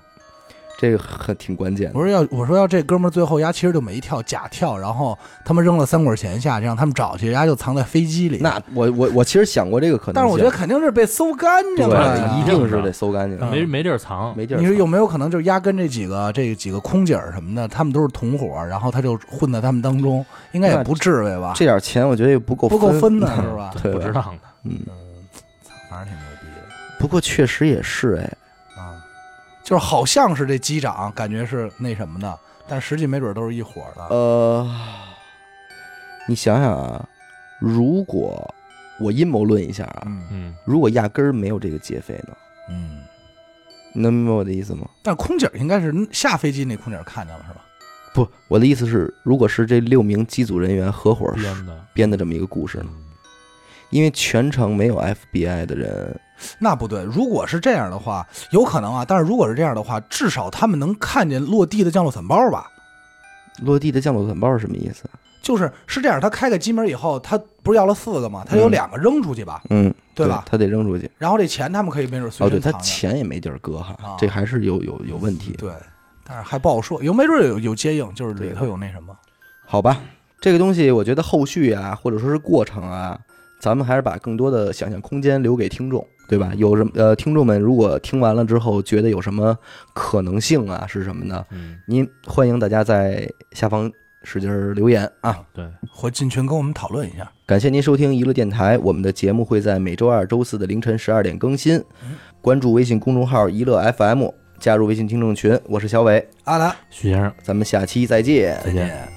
Speaker 1: 这个很挺关键的。
Speaker 2: 我说要我说要这哥们儿最后丫其实就没跳，假跳，然后他们扔了三管钱下去，让他们找去，丫就藏在飞机里。
Speaker 1: 那我我我其实想过这个可能性，
Speaker 2: 但是我觉得肯定是被搜干净了
Speaker 1: 对，
Speaker 2: 呀
Speaker 1: 一。定是得搜干净，
Speaker 3: 啊没没地儿藏，
Speaker 1: 没地儿。
Speaker 2: 你说有没有可能就是丫跟这几个这几个空姐儿什么的，他们都是同伙，然后他就混在他们当中，应该也不至于吧？
Speaker 1: 这点钱，我觉得也不够
Speaker 2: 不够分
Speaker 1: 分 (laughs) 嗯
Speaker 2: 呢，是
Speaker 3: (laughs)
Speaker 2: 吧？
Speaker 1: 对
Speaker 3: 不值
Speaker 1: (laughs)
Speaker 3: 当的。
Speaker 2: 反正挺牛逼的
Speaker 1: 不过确实也是哎，
Speaker 2: 啊，就是好像是这机长，感觉是那什么的，但实际没准都是一伙儿的。
Speaker 1: 呃，你想想啊，如果我阴谋论一下啊，
Speaker 2: 嗯
Speaker 3: 嗯，
Speaker 1: 如果压根儿没有这个劫匪呢，
Speaker 2: 嗯，
Speaker 1: 你能明白我的意思吗？
Speaker 2: 但空姐儿应该是下飞机那空姐儿看见了是吧？
Speaker 1: 不，我的意思是，如果是这六名机组人员合伙
Speaker 3: 编的，
Speaker 1: 编的这么一个故事呢，
Speaker 3: 嗯
Speaker 1: 因为全程没有 FBI 的人，
Speaker 2: 那不对，如果是这样的话，有可能啊。但是如果是这样的话，至少他们能看见落地的降落伞包吧？
Speaker 1: 落地的降落伞包是什么意
Speaker 2: 嗯
Speaker 1: 思？啊
Speaker 2: 就是是这样，他开开机门以后，他不是要了四个吗？他有
Speaker 1: 嗯
Speaker 2: 两个扔出去吧，
Speaker 1: 嗯，
Speaker 2: 对吧
Speaker 1: 他得扔出去。
Speaker 2: 然后这钱他们可以没准随
Speaker 1: 哦，对
Speaker 2: 身
Speaker 1: 他
Speaker 2: 藏着。
Speaker 1: 钱也没地儿搁哈
Speaker 2: 啊，
Speaker 1: 这还是有有有问题。
Speaker 2: 对但是还不好说，有没准有有接应，就是里
Speaker 1: 对
Speaker 2: 头有那什么。
Speaker 1: 好吧，这个东西我觉得后续啊，或者说是过程啊，咱们还是把更多的想象空间留给听众，对吧？有什么呃，听众们如果听完了之后觉得有什么可能性啊，是什么呢？
Speaker 3: 嗯，
Speaker 1: 您欢迎大家在下方使劲儿留言啊！
Speaker 3: 对，
Speaker 2: 或进群跟我们讨论一下。
Speaker 1: 感谢您收听娱乐电台，我们的节目会在每周二、周四的凌晨十二点更新。关注微信公众号“娱乐 FM”，加入微信听众群，我是小伟，
Speaker 2: 阿兰，
Speaker 3: 徐先生，
Speaker 1: 咱们下期再见。
Speaker 3: 再见。